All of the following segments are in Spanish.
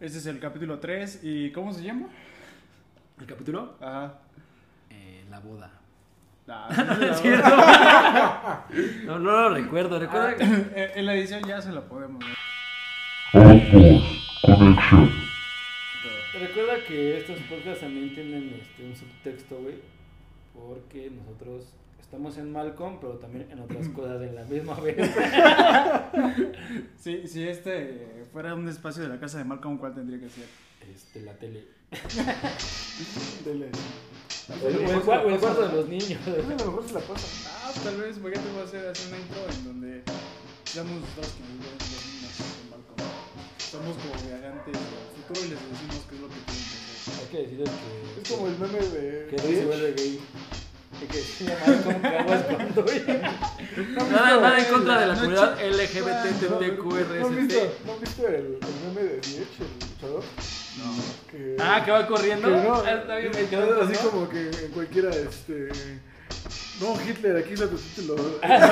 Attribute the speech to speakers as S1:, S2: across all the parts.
S1: Este es el capítulo 3 y ¿cómo se llama?
S2: ¿El capítulo?
S1: Ajá.
S2: Eh, la boda.
S1: Ah,
S2: Es
S1: sí,
S2: cierto. No, no lo recuerdo. Recuerdo
S1: ah,
S2: que-
S1: en la edición ya se la podemos. ¿no?
S3: Outdoor Connection.
S4: Recuerda que estos podcasts también tienen este, un subtexto, güey. Porque nosotros estamos en Malcolm, pero también en otras cosas en la misma vez.
S1: Sí, si este fuera un espacio de la casa de Malcolm, ¿cuál tendría que ser?
S4: Este, la tele.
S1: Dele.
S4: O el,
S5: pues,
S4: o el cua- o el cuarto de los niños.
S5: A lo mejor se la pasa.
S1: Ah, tal vez Vegeta va a hacer, hacer una intro en donde seamos nosotros que vivimos los niños en Malcolm. Somos como viajantes del futuro y les decimos qué es lo que tienen que hacer.
S4: Hay que decirles que.
S5: Es como el meme de.
S4: Que Rey se vuelve gay. Y que se llama Malcolm, que aguas cuando
S2: Nada, nada en contra de la
S1: No,
S2: comunidad
S1: chi-
S4: Pues,
S5: ¿No han visto,
S2: LGBTQRST.
S5: ¿no han visto el, el meme de Diech, el luchador? No. Que,
S2: Ah, que va corriendo.
S5: que no,
S2: Ah, Está bien,
S5: que
S2: me
S5: no,
S2: quedo
S5: así
S2: ¿no?
S5: como que en cualquiera, este... No, Hitler, aquí está tu título.
S2: Puedes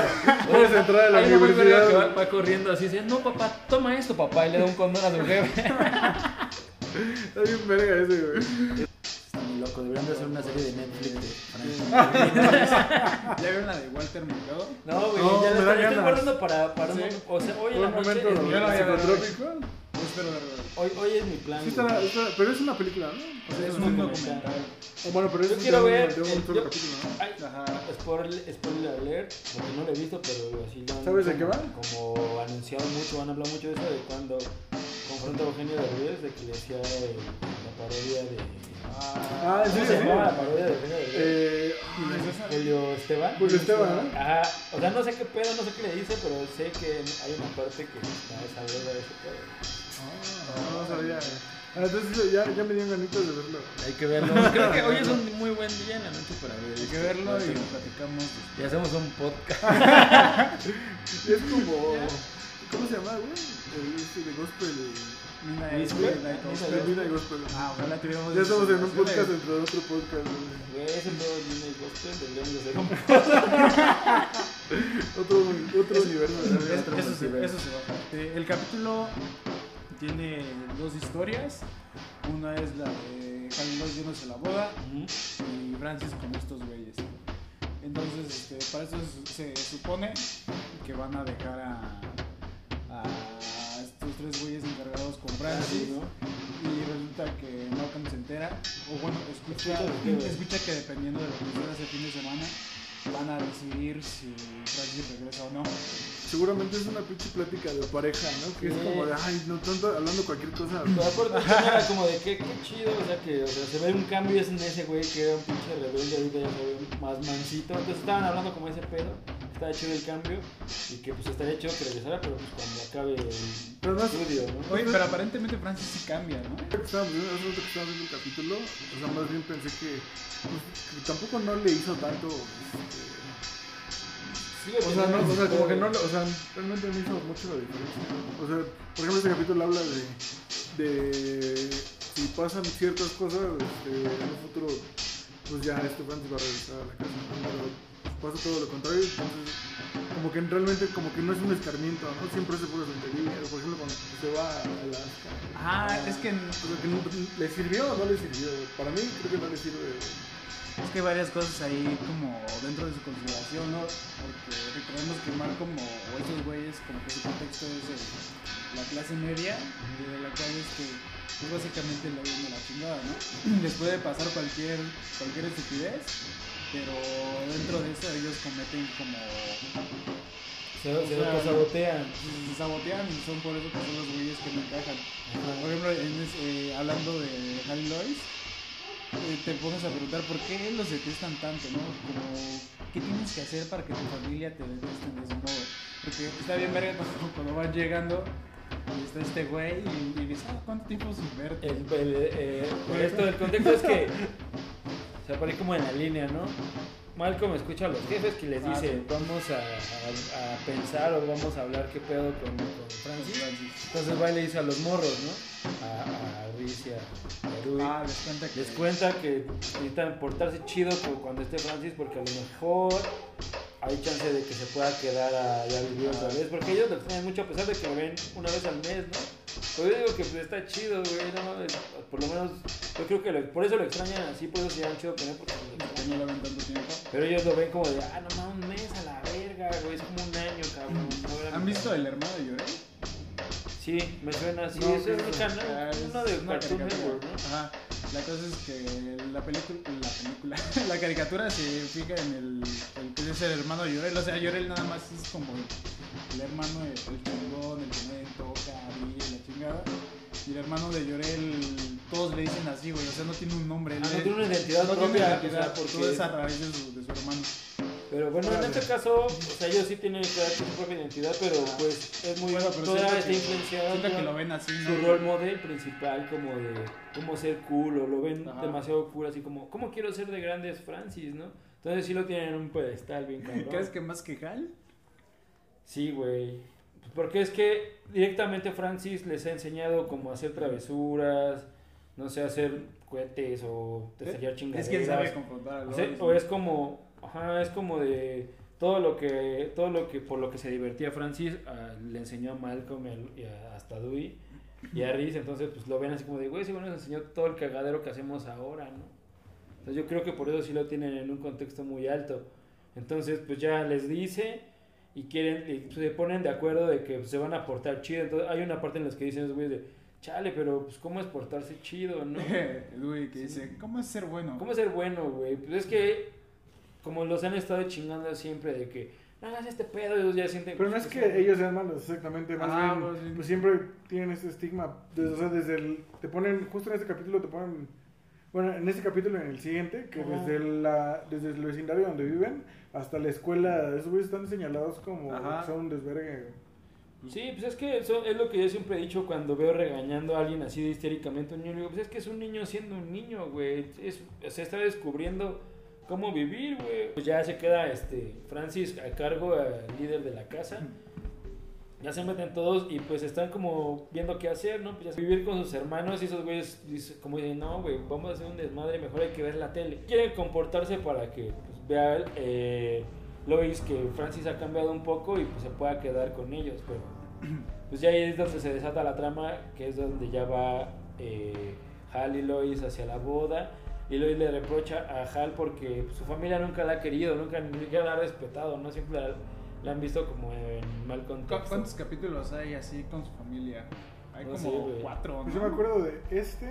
S5: Puedes entrar a la
S2: Hay una muy verga que va,
S5: universidad.
S2: va corriendo así, dice, no papá, toma esto papá, y le da un condón a su jefe.
S5: Está bien verga ese, güey.
S4: Está muy loco, deberían de hacer una serie de Netflix de Francia.
S1: ¿Ya vieron la de Walter Mercado?
S4: No, güey,
S5: No,
S4: ya
S5: me
S4: lo estoy- lo
S5: da
S4: estoy
S5: ganas.
S4: guardando para, para un, o sea, hoy en la
S5: Un
S4: noche.
S5: momento
S4: es mi-
S1: ¿Ya la había
S5: psicotrópico.
S1: visto? Yo espero verlo.
S4: Hoy, hoy es mi plan.
S5: Sí,
S4: güey.
S5: está- está- pero es una película, ¿no?
S1: O sea, Este es
S4: un
S1: un
S4: documental.
S1: documental.
S5: O bueno, pero es
S4: Yo
S5: un-
S4: quiero
S5: de un-
S4: ver
S5: de un
S4: el-
S5: solo
S4: yo-
S5: capítulo, ¿no?
S4: Ay,
S1: Ajá.
S4: spoiler, spoiler alert, porque no lo he visto, pero así lo han
S5: ¿Sabes de
S4: como-
S5: qué va?
S4: Como anunciado mucho, han hablado mucho de eso, de cuando confronta a Eugenio Derbez, de que le hacía el- la parodia de...
S5: Ah, ¿en
S4: ¿Cómo
S5: serio?
S4: se llamaba la
S5: sí.
S4: parodia de Eugenio Derbez?
S5: Eh,
S4: Julio Esteban.
S5: Julio Esteban, ¿no?
S4: Ajá, Ah, o sea, no sé qué pedo, no sé qué le dice, pero sé que hay una parte que está esa verga de ese pedo.
S5: No, no sabía. Ah, Entonces ya, ya me dieron ganitas de verlo.
S2: Hay que verlo. Creo que hoy es un muy buen día en la noche para ver.
S1: Hay que verlo y lo platicamos. después.
S2: Y hacemos un podcast.
S5: Y es como. ¿Cómo se llama, güey? El este de gospel.
S1: Midnight Midnight
S4: ¿Gospel? Midnight
S5: La
S1: Gospel.
S5: vida de gospel.
S1: Ah, ojalá tuviéramos.
S5: Ya estamos en un podcast
S1: de...
S5: dentro de otro podcast, güey.
S4: Güey, ese pedo viene el gospel del León de Cero.
S5: Otro, otro universo. de la vida.
S1: Eso, eso se, eso se va a parte. El capítulo tiene dos historias. Una es la de Javi Lloyd yéndose a la boda y Francis con estos güeyes. Entonces, este, para eso se- se supone que van a dejar a, a estos tres güeyes encargados con
S5: Ah,
S1: Francis.
S4: Así, ¿no?
S1: Y resulta que Malcolm se entera, o bueno, escucha,
S4: Escucha lo que-
S1: escucha que dependiendo de lo que suceda ese fin de semana, van a decidir si Francis regresa o no.
S5: Seguramente es una pinche plática de pareja, ¿no? Que es
S4: Sí.
S5: como de, ay, no tanto hablando cualquier cosa.
S4: Pero aparte, también era como de que, qué chido, o sea, que o sea, se ve un cambio es en ese güey que era un pinche rebelde, ahorita ya se ve más mansito. Entonces estaban hablando como ese pedo, estaba chido el cambio y que pues estaría chido que regresara, pero pues cuando acabe
S5: Pero
S4: el
S5: no-
S4: estudio, ¿no?
S1: Oye, pero aparentemente Francis sí cambia, ¿no?
S5: Ahorita que estábamos viendo- Hace rato que estábamos viendo el capítulo, o sea, más bien pensé que, pues, que tampoco no le hizo tanto. este,
S4: Sigue
S5: O sea,
S4: teniendo
S5: no, o
S4: ese
S5: sea, como
S4: pedo.
S5: que no, o sea, realmente no hizo mucho la diferencia. O sea, por ejemplo, este capítulo habla de, de si pasan ciertas cosas, este, en un futuro, pues ya este Francis va a regresar a la casa, ¿no? pero pasa todo lo contrario, entonces, como que realmente, como que no es un escarmiento, ¿no? Siempre se pone tontería, por ejemplo, cuando se va a Alaska.
S1: Ah, es que,
S5: O sea, que no- ¿Le sirvió o no le sirvió? Para mí, creo que no le sirve.
S1: es que hay varias cosas ahí como dentro de su consideración, ¿no? Porque recordemos que Malcolm o estos güeyes, como que su contexto es de la clase media, y de la cual es que pues básicamente le viene la chingada, ¿no? Les puede pasar cualquier, cualquier estupidez, pero dentro de eso ellos cometen como...
S4: Se, se
S1: o sea,
S4: autosabotean.
S1: se sabotean y son por eso que son los güeyes que no encajan.
S4: Ajá.
S1: Por ejemplo, en ese- eh, hablando de Harry Lois, eh, te pones a preguntar por qué los detestan tanto, ¿no? Como, ¿qué tienes que hacer para que tu familia te deteste de ese modo? Porque está bien verga cuando, cuando van llegando y está este güey y, y dices, ah, ¿cuánto tiempo sin verte?
S4: El, el- eh, esto, el contexto es que se aparece como en la línea, ¿no? Malcolm escucha a los jefes que les
S1: Ah,
S4: dice,
S1: sí.
S4: vamos a, a- a pensar o vamos a hablar qué pedo con, con Francis.
S1: Francis.
S4: Entonces va y le dice a los morros, ¿no? A, a Riz y a- a Dewey.
S1: Ah, les cuenta que...
S4: Les cuenta que necesitan portarse chido cu- cuando esté Francis porque a lo mejor hay chance de que se pueda quedar a ya vivir
S1: Ah.
S4: otra vez. Porque ellos lo extrañan mucho, a pesar de que lo ven una vez al mes, ¿no? Pero yo digo que pues, está chido, güey, no mames. Por lo menos, yo creo que lo- por eso lo extrañan así, por eso se llevan chido con él, porque lo extrañan.
S1: Ya lo ven tanto tiempo.
S4: Pero ellos lo ven como de, ah, no mames, un mes a la verga, güey, es como un año, cabrón. no era
S1: Mm. ¿Han
S4: mi-
S1: visto El hermano de Lloré?
S4: Sí, me suena así.
S1: No,
S4: es ¿eh? un
S1: pues, ah,
S4: canal,
S1: es
S4: uno de
S1: una
S4: Cartoon
S1: caricatura.
S4: Network, ¿no?
S1: Ajá. La cosa es que la película, la película, la caricatura se fija en el, el que es el hermano de Llorel. O sea, Llorel nada más es como el, el hermano, el, el chingón, el que nadie toca, brilla y la chingada. Y el hermano de Llorel, todos le dicen así, güey. O sea, no tiene un nombre. él
S4: Ah, no
S1: es-
S4: tiene una identidad
S1: no tiene
S4: propia,
S1: identidad,
S4: o sea, porque-
S1: Todo es a raíz de su, de su hermano.
S4: Pero bueno, en
S1: Órale.
S4: este caso, o sea, ellos sí tienen que dar su propia identidad, pero pues es muy.
S1: Bueno, pero
S4: toda
S1: siento
S4: está
S1: que-
S4: influenciada
S1: Siento que
S4: por
S1: lo ven así,
S4: su
S1: ¿no?
S4: role model principal, como de cómo ser cool, o lo ven
S1: Ajá.
S4: demasiado cool, así como, ¿cómo quiero ser de grandes Francis, no? Entonces sí lo tienen en un pedestal bien cabrón.
S1: ¿Crees que más que Hal?
S4: Sí, güey. Pues Porque es que directamente Francis les ha enseñado como a hacer travesuras, no sé, hacer cohetes o destellar chingaderas.
S1: Es que él sabe confrontar al
S4: O sea, o es como, ajá, es como de todo lo que, todo lo que por lo que se divertía Francis ah, le enseñó a Malcolm y a- y a- hasta Dewey y a Reese, entonces pues lo ven así como de, güey, seguro nos enseñó todo el cagadero que hacemos ahora, ¿no? Entonces yo creo que por eso sí lo tienen en un contexto muy alto. Entonces pues ya les dice y quieren, y se ponen de acuerdo de que pues, se van a portar chido. Entonces hay una parte en la que dicen, güey, de, chale, pero pues cómo es portarse chido, ¿no?
S1: El güey que dice, ¿cómo es ser bueno?
S4: ¿Cómo ser bueno, güey? Pues es que como los han estado chingando siempre de que no hagas este pedo, ellos ya sienten
S5: Pero no es que ellos sean malos, exactamente. Más
S1: Ah,
S5: bien,
S1: pues, sí.
S5: pues siempre tienen este estigma. Desde, o sea, desde el. Te ponen, justo en este capítulo te ponen. Bueno, en este capítulo, y en el siguiente, que
S4: Ajá.
S5: desde, la, desde el vecindario donde viven hasta la escuela, esos güeyes están señalados como
S1: Ajá.
S5: que son un desvergue.
S4: Sí, pues es que eso es lo que yo siempre he dicho cuando veo regañando a alguien así de histéricamente a un niño, digo, pues es que es un niño siendo un niño, güey, es o sea, está descubriendo cómo vivir, güey. Pues ya se queda este Francis a cargo al líder de la casa. Ya se meten todos y pues están como viendo qué hacer, ¿no? Pues ya vivir con sus hermanos y esos güeyes dice- como dicen, no, güey, vamos a hacer un desmadre, mejor hay que ver la tele. Quieren comportarse para que pues, vea eh, Lois que Francis ha cambiado un poco y pues se pueda quedar con ellos, pero pues ya ahí es donde se desata la trama, que es donde ya va eh, Hal y Lois hacia la boda. Y Lois le reprocha a Hal porque pues, su familia nunca la ha querido, nunca, nunca la ha respetado, ¿no? Siempre la, la han visto como en mal
S1: ¿Cu-
S4: contexto.
S1: ¿Cuántos capítulos hay así con su familia? Hay
S4: No sé,
S1: como
S4: Oh, güey.
S1: cuatro, ¿no?
S5: Pues yo me acuerdo de este.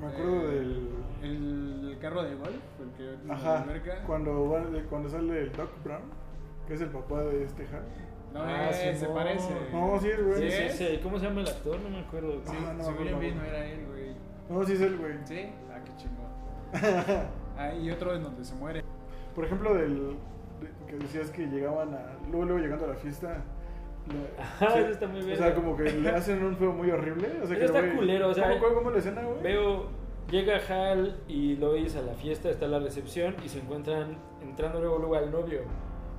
S5: Me acuerdo
S1: Eh,
S5: del.
S1: El carro de golf, el que en la
S5: Ajá.
S1: alberca.
S5: Cuando, va- de- cuando sale el Doc Brown, que es el papá de este Hal.
S1: No,
S4: Ah,
S1: eh,
S4: Simón.
S1: se parece.
S5: No, sí es, güey.
S4: Sí, sí,
S1: ¿es?
S4: sí. ¿Cómo se llama el actor? No me acuerdo.
S1: Sí,
S5: Ah, no me
S1: según
S5: acuerdo.
S1: yo vi, no era él, güey.
S5: No, sí es el güey.
S1: ¿Sí? Ah, qué chingón. Ah, y otro en donde se muere.
S5: Por ejemplo, del de- que decías que llegaban a. Luego, luego llegando a la fiesta. la-
S4: Ajá,
S5: sí,
S4: eso está muy
S5: O
S4: verga.
S5: sea, como que le hacen un feo muy horrible. O sea,
S4: Eso
S5: que
S4: está
S5: güey-
S4: culero, o sea,
S5: ¿Cómo, cómo, cómo la escena, güey?
S4: Veo, llega Hal y Lois a la fiesta, está la recepción y se encuentran entrando luego, luego al novio.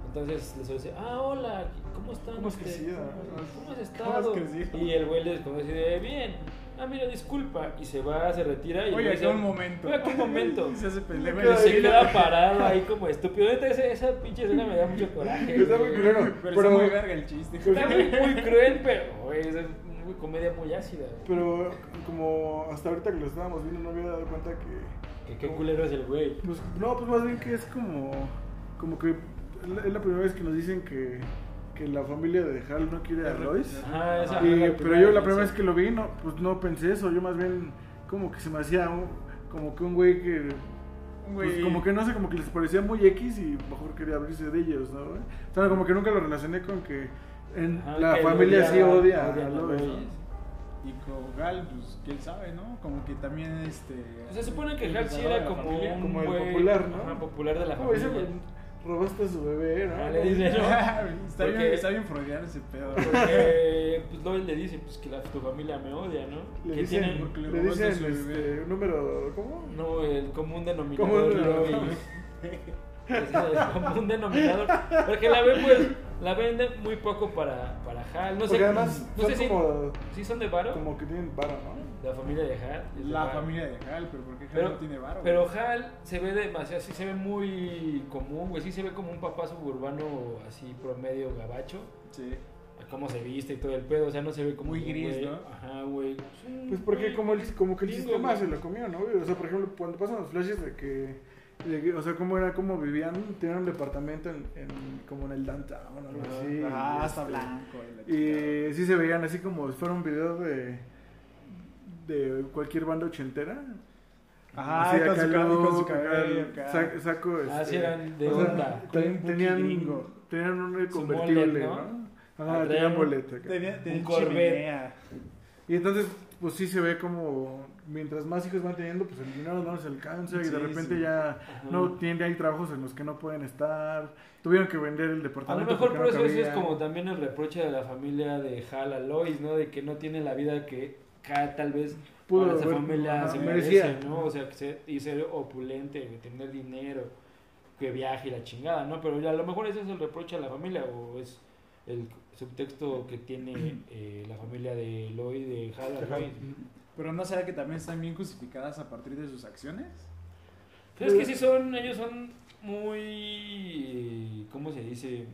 S4: Entonces les dice, ah, hola, ¿cómo están?
S5: ¿Cómo has
S4: ustedes?
S5: crecido?
S4: ¿Cómo, cómo has
S1: ¿Cómo has
S4: estado?
S1: crecido?
S4: y el güey les conoce de bien. Ah, mira, disculpa. Y se va, se retira. Y el
S1: Oye,
S4: güey
S1: aquí
S4: se-
S1: un momento.
S4: Oye, aquí un momento.
S1: Se hace pendejo.
S4: Y se
S1: Sí,
S4: queda parado ahí como estúpido. Neta, esa, esa pinche escena me da mucho coraje.
S5: Está muy
S4: güey.
S5: culero.
S1: Pero,
S5: Pero-
S1: está muy verga el chiste.
S4: Está muy, muy cruel, pero güey, es una comedia muy ácida. güey.
S5: Pero como hasta ahorita que lo estábamos viendo, no había dado cuenta que.
S4: Que qué culero es el güey.
S5: pues, no, pues más bien que es como. Como que es la- es la primera vez que nos dicen que, que la familia de Hal no quiere a Lois.
S4: Ajá, esa fue
S5: Y- pero yo la
S4: violencia.
S5: primera vez que lo vi, no, pues no pensé eso. Yo más bien, como que se me hacía un- como que un güey que. pues,
S1: Güey.
S5: como que no sé, como que les parecía muy X y mejor quería abrirse de ellos, ¿no? güey? O sea, como que nunca lo relacioné con que en
S4: Ajá,
S5: la
S4: Ah, que
S5: familia sí odia
S4: odia
S5: a
S4: la
S5: Lois, ¿no?
S4: Lois.
S1: Y con Gal, pues quién sabe, ¿no? Como que también este.
S4: Pues se supone que
S1: el
S4: Hal sí
S1: cuidador de
S4: era
S1: la
S4: como
S1: familia.
S4: un
S5: como el
S4: güey-
S5: popular, ¿no?
S4: ajá, popular de la
S5: Ah, Como dice,
S4: familia.
S5: pues, robaste a su bebé, ¿no?
S4: Ah, le dice, ¿no?
S1: está, bien,
S4: Porque-
S1: está bien freudiano ese pedo.
S4: Porque pues Lois le dice pues que la, tu familia me odia, ¿no?
S5: Le
S4: que
S5: dicen,
S4: tienen
S1: porque le
S5: le
S1: robaste a
S5: dicen,
S1: su bebé.
S5: este, un número, ¿cómo?
S4: no el común
S5: Común
S4: denominador
S5: denominador.
S4: Lois. Es el común denominador. Porque la ve pues La venden muy poco para, para Hal. No sé,
S5: Porque además
S4: no sé
S5: son
S4: si,
S5: como,
S4: si son de Varo.
S5: como que tienen vara, ¿no?
S4: La familia de Hal. es de
S1: La
S4: varo.
S1: familia de Hal, pero porque Hal
S4: Pero,
S1: no tiene varo.
S4: pero
S1: güey.
S4: Hal se ve demasiado, sí se ve muy común, güey. Sí se ve como un papá suburbano así promedio gabacho.
S1: Sí.
S4: A cómo se viste y todo el pedo. O sea, no se ve como.
S1: Muy
S4: un
S1: gris,
S4: güey-
S1: ¿no?
S4: Ajá, güey. Pues un
S5: Pues porque
S4: güey
S5: como, el, como que el
S4: gringo,
S5: sistema
S4: güey.
S5: se lo comió, ¿no? O sea, por ejemplo, cuando pasan los flashes de que, de que- o sea, cómo era, cómo vivían, tenían un departamento en, en- como en el downtown o algo así.
S1: ah, está
S5: y este,
S1: blanco. y la chingada.
S5: Y sí se veían así como si fuera un video de, de cualquier banda ochentera.
S1: Ajá,
S5: Así
S1: Ah, con
S5: acá
S1: su, cab-
S5: look,
S1: con su
S5: acá
S1: cabello.
S5: el
S1: acá.
S5: sac- saco,
S4: Ah, sí,
S5: este,
S4: eran de
S5: o sea,
S4: onda.
S5: ten-
S1: un poquito
S5: tenían,
S1: gringo.
S5: tenían un
S4: Su
S5: convertible,
S4: bolet, ¿no?
S5: ¿no? Ajá,
S4: Ah,
S5: tenían
S4: traían-
S5: boleto acá.
S1: Tenía, tenía
S4: Un Corvette.
S1: chimenea.
S5: Y entonces, pues sí se ve como mientras más hijos van teniendo, pues el dinero no les alcanza y
S1: Sí,
S5: de repente
S1: sí.
S5: ya no tienen, hay trabajos en los que no pueden estar, tuvieron que vender el
S4: A lo
S5: departamento.
S4: mejor por
S5: porque no
S4: eso, eso es
S5: cabían.
S4: como también el reproche de la familia de Hal a Lois, ¿no? De que no tiene la vida que Hal tal vez
S5: Pudo
S4: para esa
S5: haber-
S4: familia
S5: ajá,
S4: se
S5: merecía.
S4: merece, ¿no? O sea, que se- y ser opulente, de tener dinero, que viaje y la chingada, ¿no? Pero a lo mejor ese es el reproche a la familia o es el subtexto que tiene eh, la familia de Lois, de Hal a Lois.
S1: Pero no será que también están bien justificadas a partir de sus acciones.
S4: Pero Pues es que sí son, ellos son muy, eh, ¿cómo se dice?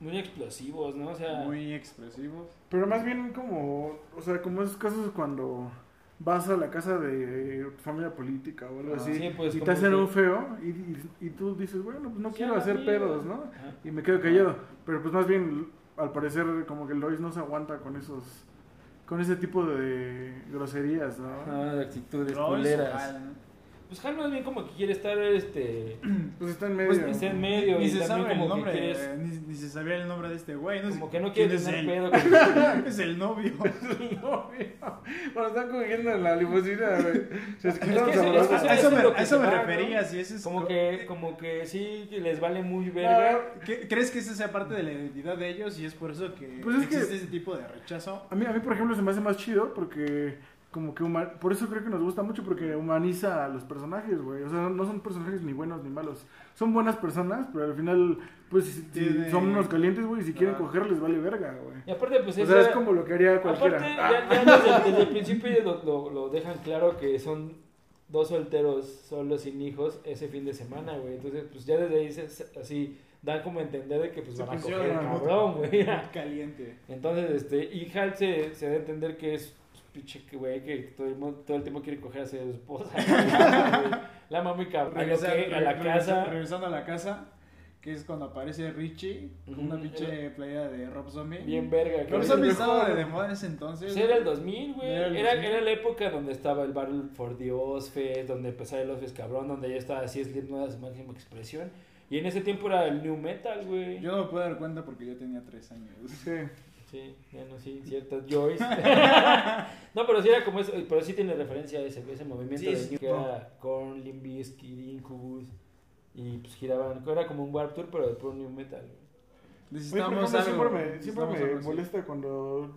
S4: Muy explosivos, ¿no? O sea...
S1: Muy expresivos.
S5: Pero más bien como, o sea, como esos casos cuando vas a la casa de familia política o algo
S1: Ah,
S5: así
S4: sí, pues,
S5: y te
S4: como
S5: hacen
S4: que-
S5: un feo y, y, y tú dices, bueno, pues no
S4: Sí,
S5: quiero hacer
S4: amigo.
S5: pedos, ¿no?
S4: Ajá.
S5: Y me quedo callado. Pero pues más bien, al parecer, como que Lois no se aguanta con esos, con ese tipo de groserías, ¿no?
S4: Ah, de actitudes
S1: Rolls o
S4: culeras.
S1: Hal, ¿no?
S4: Pues Hal más bien como que quiere estar este
S5: Pues está en medio.
S4: pues, está en medio
S1: Ni
S4: y
S1: se
S4: también
S1: sabe el
S4: como que
S1: nombre,
S4: quieres
S1: eh, ni, ni se sabía el nombre de este güey. No sé
S4: como que no
S1: quién
S4: quiere
S1: es
S4: tener
S1: él.
S4: pedo con
S1: es el novio.
S5: Bueno, están cogiendo en la limusina, güey. Se esquivan
S4: Es que
S5: los
S4: eso-
S5: abrazos.
S1: A eso me,
S4: es lo que
S1: a eso
S4: se
S1: me
S4: va,
S1: refería,
S4: ¿no?
S1: si ese es
S4: como
S1: co-
S4: que como que sí que les vale muy verga.
S1: ¿Qué- ¿Crees que esa sea parte de la identidad de ellos y es por eso que
S5: Pues es que-
S1: existe ese tipo de rechazo?
S5: A mí, a mí, por ejemplo, se me hace más chido porque como que huma- por eso creo que nos gusta mucho porque humaniza a los personajes, güey. O sea, no son personajes ni buenos ni malos. Son buenas personas, pero al final pues si- si
S1: Tiene-
S5: son unos calientes, güey, y si quieren
S1: Ah.
S5: coger les vale verga, güey.
S4: Y aparte pues
S5: O sea, es
S4: esa-
S5: como lo que haría cualquiera. Ah.
S4: aparte ya, ya desde, desde el principio lo, lo- lo dejan claro que son dos solteros solos sin hijos ese fin de semana, güey. Entonces, pues ya desde ahí se- se- así dan como a entender de que pues
S1: Se
S4: van a
S1: pusieron
S4: coger
S1: al mood-
S4: cabrón, güey.
S1: mood Caliente.
S4: Entonces, este, y Hal se, se da a entender que es pues, pinche que, güey que todo el, mo- todo el tiempo quiere coger a su esposa. güey. la mami cabrón. A, lo
S1: Regresa-
S4: que- a la
S1: re- regresa-
S4: casa.
S1: Regresando a la casa, que es cuando aparece Richie con una
S4: Ujú.
S1: pinche playa de Rob Zombie.
S4: Bien verga.
S1: Rob
S4: cabrón.
S1: Zombie
S5: mejor.
S1: estaba de, de moda en ese entonces.
S4: Pues era el 2000, güey.
S1: Era el
S4: Era,
S1: 2000.
S4: era la época donde estaba el Battle for the Ozfest, donde empezaba el Ozfest cabrón, donde ya estaba así Slipknot a su máxima expresión. Y en ese tiempo era el New Metal, güey.
S1: Yo no me puedo dar cuenta porque yo tenía tres años.
S5: Sí.
S4: Sí, bueno, sí, ciertas Joyce. no, pero sí era como eso, pero sí tiene referencia a ese, ese movimiento
S1: Sí,
S4: de
S1: sí,
S4: New, que era con Limp Bizkit, Incubus, y pues giraban, era como un Warp Tour, pero de puro New Metal. güey.
S5: Oye, por
S1: Necesitamos
S5: ejemplo,
S1: algo.
S5: siempre me, siempre
S1: necesitamos
S5: me
S1: algo así.
S5: molesta cuando...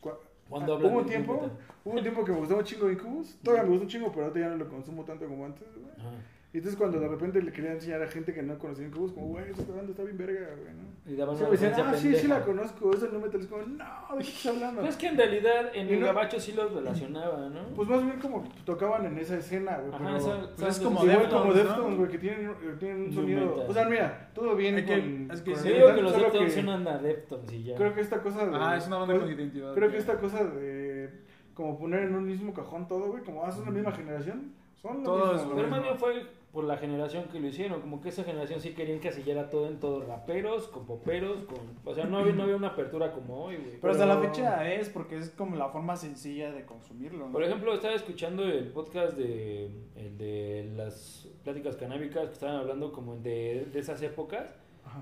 S5: cua-
S4: Cuando
S5: Ah,
S4: hablan
S5: hubo un
S4: de
S5: tiempo,
S4: Incubus.
S5: hubo un tiempo que me gustaba un chingo Incubus. Todavía me gusta un chingo, pero ahorita ya no lo consumo tanto como antes, güey.
S4: Ajá.
S5: Y entonces cuando de repente le quería enseñar a gente que no conocía Incubus, como, güey, esta banda está bien verga, güey, ¿no?
S4: Y daban
S5: O sea,
S4: una
S5: me decían,
S4: referencia
S5: ah, sí, sí
S4: pendeja.
S5: la conozco, eso no me es como, no, ¿de qué estás hablando?
S4: Pues que en realidad en
S5: Y
S4: el
S5: no-
S4: gabacho sí los relacionaba, ¿no?
S5: Pues más bien como tocaban en esa escena, güey,
S4: Ajá,
S5: pero...
S4: esa-
S1: pues es
S4: esa-
S1: como
S5: Igual
S1: Deftones,
S5: como
S1: ¿no?
S5: Deftones, güey, que tienen, eh, tienen un
S4: Nu
S5: sonido...
S4: metal.
S5: O sea, mira, todo bien
S1: Es que-
S5: con...
S1: es que
S5: con
S1: sí. Sí,
S4: Yo
S5: el
S4: digo
S5: metal,
S4: que los
S5: solo
S4: Deftones
S5: que
S4: son adeptos y ya.
S5: Creo que esta cosa de...
S1: Ah, es una banda
S5: pues,
S1: con identidad.
S5: Creo
S1: ya.
S5: que esta cosa de... Como poner en un mismo cajón todo, güey, como, ah, son la misma generación, son lo
S1: Mm. Todos,
S5: mismo,
S1: güey.
S4: Pero
S5: güey.
S4: más bien fue por la generación que lo hicieron, como que esa generación sí quería encasillar a todo en todos raperos, con poperos, con... O sea, no había, no había una apertura como hoy, güey.
S1: Pero hasta la
S5: Pero-
S1: fecha es porque es como la forma sencilla de consumirlo. ¿no?
S4: Por ejemplo, estaba escuchando el podcast de, el de las pláticas canábicas que estaban hablando como de, de esas épocas.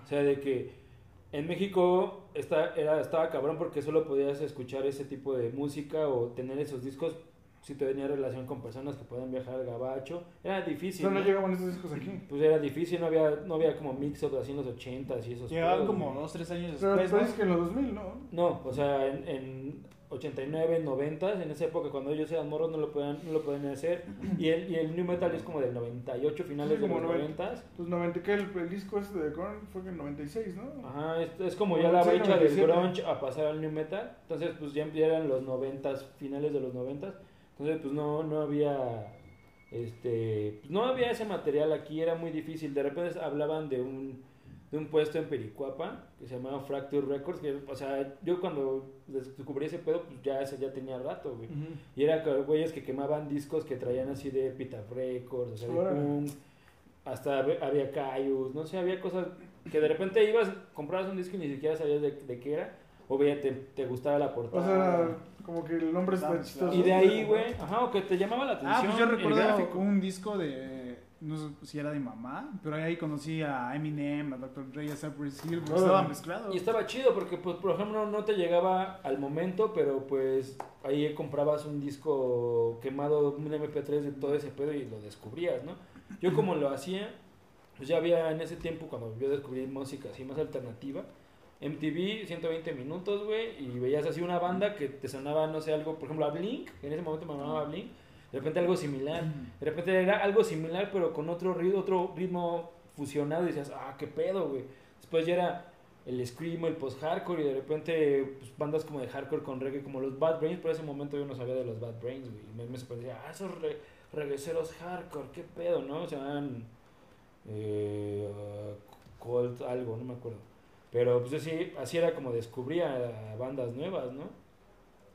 S4: O sea, de que en México está, era, estaba cabrón porque solo podías escuchar ese tipo de música o tener esos discos si te venía relación con personas que podían viajar al gabacho. Era
S5: O
S4: difícil. ¿eh?
S5: sea, no
S4: ¿no?
S5: llegaban esos discos aquí.
S4: Pues era difícil, no había, no había como mix-up así en los 80s y esos.
S1: Llegaban
S4: pedos,
S1: como
S4: güey. pues,
S1: dos, tres años
S5: Pero
S1: después,
S5: pero
S1: ¿no?
S5: es que en los 2000, ¿no?
S4: No, o sea, en, en- 89, 90, en esa época cuando ellos eran morros no lo podían, no lo podían hacer. Y el, y el New Metal es como del 98, finales de
S5: Sí, como
S4: los
S5: 90.
S4: 90.
S5: Pues 90, que el, el disco este de Korn fue en el 96, ¿no?
S4: Ajá, es, es como ya la
S5: Sí,
S4: brecha del
S5: 97.
S4: grunge a pasar al new metal. Entonces, pues ya eran los noventas, finales de los noventas. Entonces, pues no, no había este, pues, no había ese material aquí, era muy difícil. De repente hablaban de un de un puesto en Pericuapa que se llamaba Fracture Records, que o sea, yo cuando descubrí ese pedo, pues ya ese ya tenía rato, güey. Y era que- güeyes que quemaban discos que traían así de Epitaph Records, o sea, de
S5: Órale.
S4: punk, hasta hab- había Caius, no sé, había cosas que de repente ibas, comprabas un disco y ni siquiera sabías de, de qué era, o veía, te, te gustaba la
S5: O
S4: portada.
S5: sea, como que el nombre está
S1: Claro,
S5: chistoso.
S4: y de ahí, güey, ajá, o que te llamaba la atención.
S1: Ah, pues yo
S4: el
S1: recuerdo
S4: gráfico.
S1: un disco de. No sé si era de mi mamá, pero ahí conocí a Eminem, a Dr. Dre, a Cypress Hill, porque
S5: Órale.
S1: estaba mezclado.
S4: Y estaba chido porque, pues, por ejemplo, no te llegaba al momento, pero pues ahí comprabas un disco quemado, un MP3 de todo ese pedo y lo descubrías, ¿no? Yo como lo hacía, pues ya había en ese tiempo cuando yo descubrí música así más alternativa, MTV 120 minutos, güey, y veías así una banda que te sonaba, no sé, algo, por ejemplo, a Blink, en ese momento me llamaba Blink, de repente algo similar, de repente era algo similar pero con otro ritmo, otro ritmo fusionado y decías, ah, qué pedo, güey. Después ya era el screamo, el post-hardcore y de repente pues, bandas como de hardcore con reggae como los Bad Brains, por ese momento yo no sabía de los Bad Brains, güey. y Me, me sorprendía, ah, esos re- reggaeceros hardcore, qué pedo, ¿no? Se llaman eh, Colt algo, no me acuerdo. Pero pues así, así era como descubría bandas nuevas, ¿no?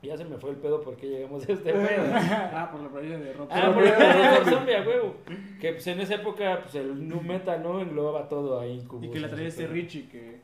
S4: Ya se me fue el pedo porque llegamos a este pedo.
S1: ah, por la playa de ropa.
S4: Ah, por el pedo de zombie, a huevo. Que pues en esa época pues el nu metal, ¿no? Englobaba todo ahí. Incubus,
S1: Y que la traía
S4: ese
S1: este
S4: pedo.
S1: Richie, que.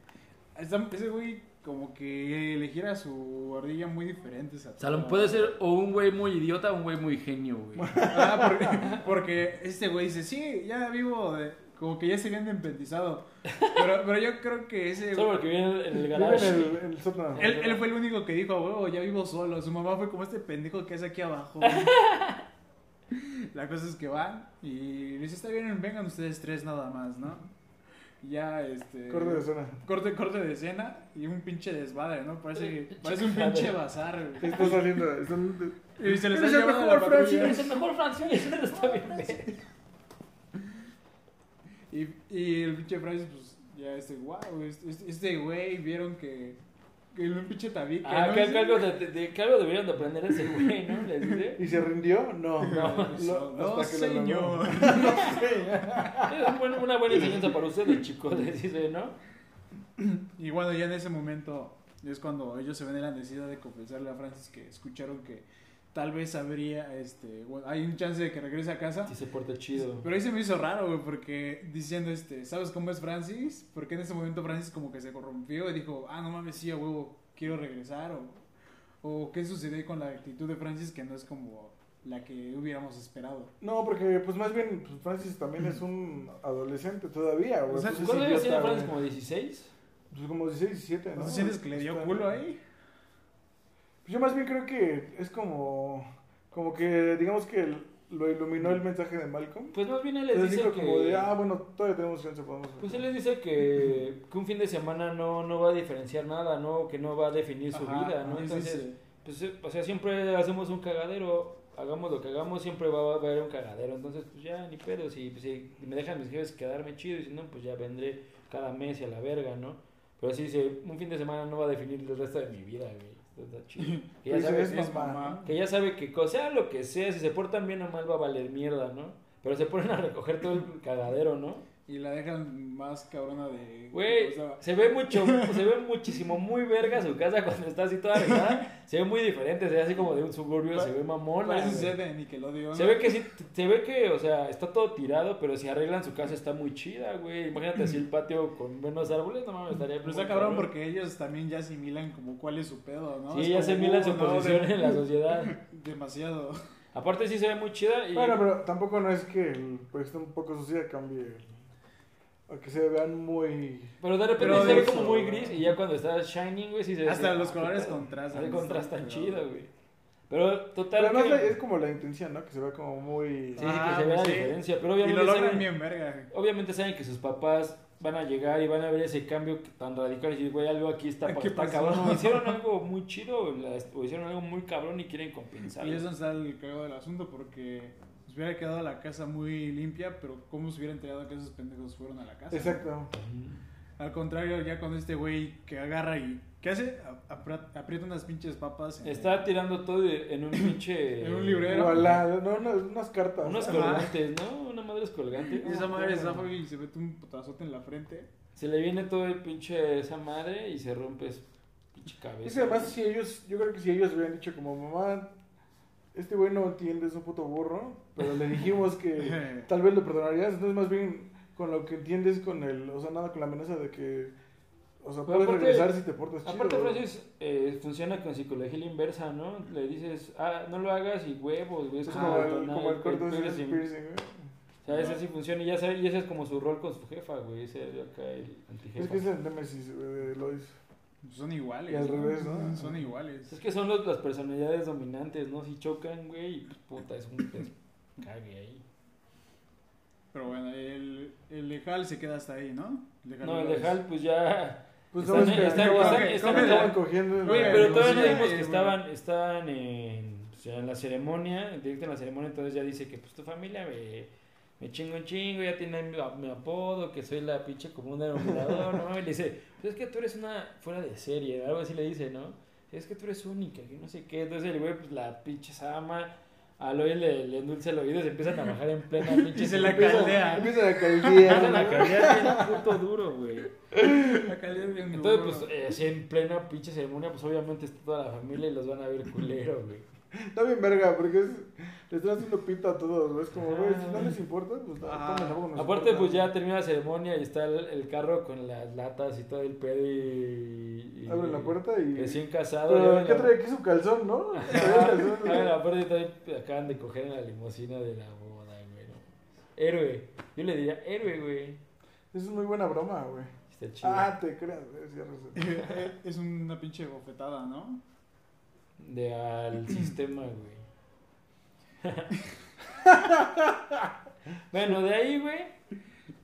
S1: esa- Ese güey, como que le gira su ardilla muy diferente. esa-
S2: O sea, lo- puede ser o un güey muy idiota o un güey muy genio, güey.
S1: Ah, porque, porque este güey dice, sí, ya vivo de. Como que ya se viene empentizado. Pero, pero yo creo que ese.
S4: Solo porque viene en el
S5: Vive en
S4: garage.
S5: el, en el sótano.
S1: Él, él fue el único que dijo, huevo, ya vivo solo. Su mamá fue como este pendejo que es aquí abajo. güey". La cosa es que van y les está bien, vengan ustedes tres nada más, ¿no? Y Ya, este...
S5: Corte de zona.
S1: Corte, corte de escena y un pinche desmadre, ¿no? Parece,
S4: Eh,
S1: parece un
S4: chingada.
S1: pinche bazar, güey.
S5: Ahí Está saliendo. Están...
S1: Y se les
S5: Eres
S1: ha
S5: el
S1: llevado
S5: mejor,
S1: la patrulla.
S5: Francis.
S4: Es el mejor Francis, está bien.
S1: Y, y el pinche Francis, pues, ya este, wow, este- este este güey, vieron que... Que un pinche tabique,
S4: Ah,
S1: ¿no?
S4: que,
S1: Sí.
S4: que algo de, de- de- que algo debieron de aprender ese güey, ¿no? Les dice.
S5: ¿Y se rindió? No.
S4: No.
S5: Lo-
S1: No,
S5: hasta que lo logró.
S1: señor.
S4: Es un buen- una buena enseñanza para ustedes, chicos, les dice, ¿no?
S1: Y bueno, ya en ese momento es cuando ellos se ven en la necesidad de confesarle a Francis que escucharon que tal vez habría, este, bueno, hay un chance de que regrese a casa.
S4: Sí se porta chido.
S1: Pero ahí se me hizo raro, güey, porque diciendo, este, ¿sabes cómo es Francis? Porque en ese momento Francis como que se corrompió y dijo, ah, no mames, sí, a huevo, quiero regresar. O, o qué sucede con la actitud de Francis que no es como la que hubiéramos esperado.
S5: No, porque pues más bien pues, Francis también es un adolescente todavía, güey.
S1: O sea,
S5: pues, es
S4: ¿Cuántos años tiene
S5: idiota,
S4: Francis?
S5: güey.
S4: ¿Como 16?
S5: Pues como 16, 17, ¿no?
S1: ¿No sientes que le dio
S5: Está-
S1: culo ahí?
S5: Pues yo más bien creo que es como... Como que digamos que el- lo iluminó el mensaje de Malcolm.
S4: Pues más bien él les
S5: Entonces
S4: dice
S5: dijo
S4: que...
S5: como de, ah, bueno, todavía tenemos chance, podemos...
S4: Pues él les dice que, que un fin de semana no, no va a diferenciar nada, ¿no? Que no va a definir su
S1: Ajá,
S4: vida, ¿no?
S1: sí, sí,
S4: Entonces,
S1: sí.
S4: pues, eh, o sea, siempre hacemos un cagadero, hagamos lo que hagamos, siempre va a haber un cagadero. Entonces, pues ya, ni pedo, si, si me dejan mis jefes quedarme chido y si no, pues ya vendré cada mes y a la verga, ¿no? Pero así dice, un fin de semana no va a definir el resto de mi vida, güey. Esto Está chido. Que ya
S5: Dice,
S4: sabe,
S5: "Es mamá".
S4: que ya sabe que, co- sea lo que sea, si se portan bien o mal, va a valer mierda, ¿no? Pero se ponen a recoger todo el cagadero, ¿no?
S1: Y la dejan más cabrona de... o
S4: Güey,
S1: sea,
S4: se ve mucho, se ve muchísimo muy verga su casa cuando está así toda arreglada. Se ve muy diferente, se ve así como de un suburbio, se ve mamona.
S1: Parece
S4: güey.
S1: ser de Nickelodeon.
S4: Se ve que sí, se ve que, o sea, está todo tirado, pero si arreglan su casa está muy chida, güey. Imagínate si el patio con menos árboles, no mames, estaría
S1: Pero está
S4: muy
S1: cabrón porque ellos también ya asimilan como cuál es su pedo, ¿no? Es
S4: Sí, ya
S1: como,
S4: se mila su
S1: "Uh, no,
S4: posición
S1: de-
S4: en la sociedad.
S1: Demasiado.
S4: Aparte sí se ve muy chida y
S5: Bueno, pero tampoco no es que el, porque esté un poco sucia cambie... el- O que se vean muy...
S4: pero de repente
S1: pero
S4: se ve
S1: eso,
S4: como muy
S1: ¿no?
S4: gris y ya cuando está shining, güey, sí se ve
S1: Hasta
S4: así,
S1: los
S4: ah,
S1: colores
S4: qué pedo.
S1: contrastan.
S4: Se contrastan
S1: Está
S4: chido,
S1: cabrón.
S4: güey. Pero total
S5: Pero además
S4: que-
S5: la- es como la intención, ¿no? Que se vea como muy...
S4: Sí, sí,
S1: Ah,
S4: que se ve
S1: pues
S4: la
S1: sí.
S4: diferencia, pero
S1: Y
S4: obviamente
S1: lo logran
S4: saben,
S1: bien verga.
S4: obviamente saben que sus papás van a llegar y van a ver ese cambio tan radical y decir, güey, algo aquí está,
S1: ¿Qué
S4: está
S1: pasó?
S4: cabrón. O hicieron algo muy chido o la- o hicieron algo muy cabrón y quieren compensar.
S1: Y es donde está el cagado del asunto, porque se hubiera quedado la casa muy limpia, pero ¿cómo se hubiera enterado que esos pendejos fueron a la casa?
S5: Exacto.
S1: Al contrario, ya con este güey que agarra y. ¿Qué hace? A- apra- Aprieta unas pinches papas. en-
S4: Está tirando todo en un pinche...
S1: En un librero.
S5: O a la- no, no, unas cartas.
S4: Unos
S1: Ajá.
S4: colgantes, ¿no? Una madre es colgante.
S1: Y esa madre se zafa y se mete un potazote en la frente.
S4: Se le viene todo el pinche esa madre y se rompe su pinche cabeza.
S5: Es que además, si ellos, yo creo que si ellos hubieran dicho como, mamá, este güey no entiende, es un puto burro, pero le dijimos que tal vez lo perdonarías, entonces más bien con lo que entiendes con el, o sea, nada, con la amenaza de que, o sea,
S4: Pero
S5: puedes
S4: aparte-
S5: regresar si te portas chido.
S4: Aparte, Francis eh, funciona con psicología inversa, ¿no? Le dices, ah, no lo hagas y huevos, güey. Es
S5: es
S4: como,
S5: como, el,
S4: detonar
S5: como el corto de
S4: piercing.
S5: piercing. ¿eh?
S4: O sea, ese sí funciona y ya sabes, y ese es como su rol con su jefa, güey. Ese es acá el antijefa.
S5: Es que es el Nemesis güey, de Lois.
S1: Son iguales.
S5: Y al revés, ¿no?
S1: Son iguales.
S4: Es que son los- las personalidades dominantes, ¿no? Si chocan, güey, y, pues, puta, es un es- cague ahí.
S1: Pero bueno, el, el lejal se queda hasta ahí, ¿no?
S4: No, el de Hal, pues ya.
S5: Pues
S4: Están-
S5: no, es que
S4: están-
S5: acaban-
S1: están- están-
S5: acaban cogiendo. en
S1: Oye,
S5: la-
S4: Oye, pero
S1: no,
S4: todavía
S1: sí,
S4: no
S1: ya,
S4: dijimos
S1: eh,
S4: que
S1: bueno.
S4: estaban, estaban en, o sea, en la ceremonia, directo en la ceremonia, entonces ya dice que pues tu familia me, me chingo un chingo, ya tienen mi, mi apodo, que soy la pinche común denominador, ¿no? Y le dice, pues es que tú eres una fuera de serie, algo así le dice, ¿no? Es que tú eres única, que no sé qué, entonces el güey pues la pinche sama, a Lois le, le endulce el oído, se empiezan a bajar en plena pinche Ah,
S1: Y se la
S4: ceremonia.
S1: caldea.
S5: Empieza la
S4: Empiezan a
S5: caldear.
S4: cambiar bien puto duro, güey.
S1: La calidad de un
S4: Entonces,
S1: burro.
S4: pues, eh, así en plena pinche ceremonia, pues obviamente está toda la familia y los van a ver culero, güey.
S5: Está bien verga, porque es, le están haciendo pito a todos, güey. Es como, güey, si no les importa, pues no,
S1: Ajá.
S5: tomen, tampoco nos
S4: Aparte,
S5: importa.
S4: pues ya termina la ceremonia y está el, el carro con las latas y todo el pedo y. y-
S5: Abre la puerta y.
S4: Recién casado. y
S5: Pero,
S4: abren
S5: ¿qué
S4: la-
S5: trae aquí su calzón, no?
S4: Ajá, abren la puerta y todavía acaban de coger en la limusina de la boda, güey. ¿no? Héroe. Yo le diría héroe, güey.
S5: Es muy buena broma, güey.
S4: Está chido.
S5: Ah, te creas, güey. sí, arrasé.
S4: pues,
S1: es una pinche bofetada, ¿no?
S4: De al sistema, güey. bueno, de ahí, güey,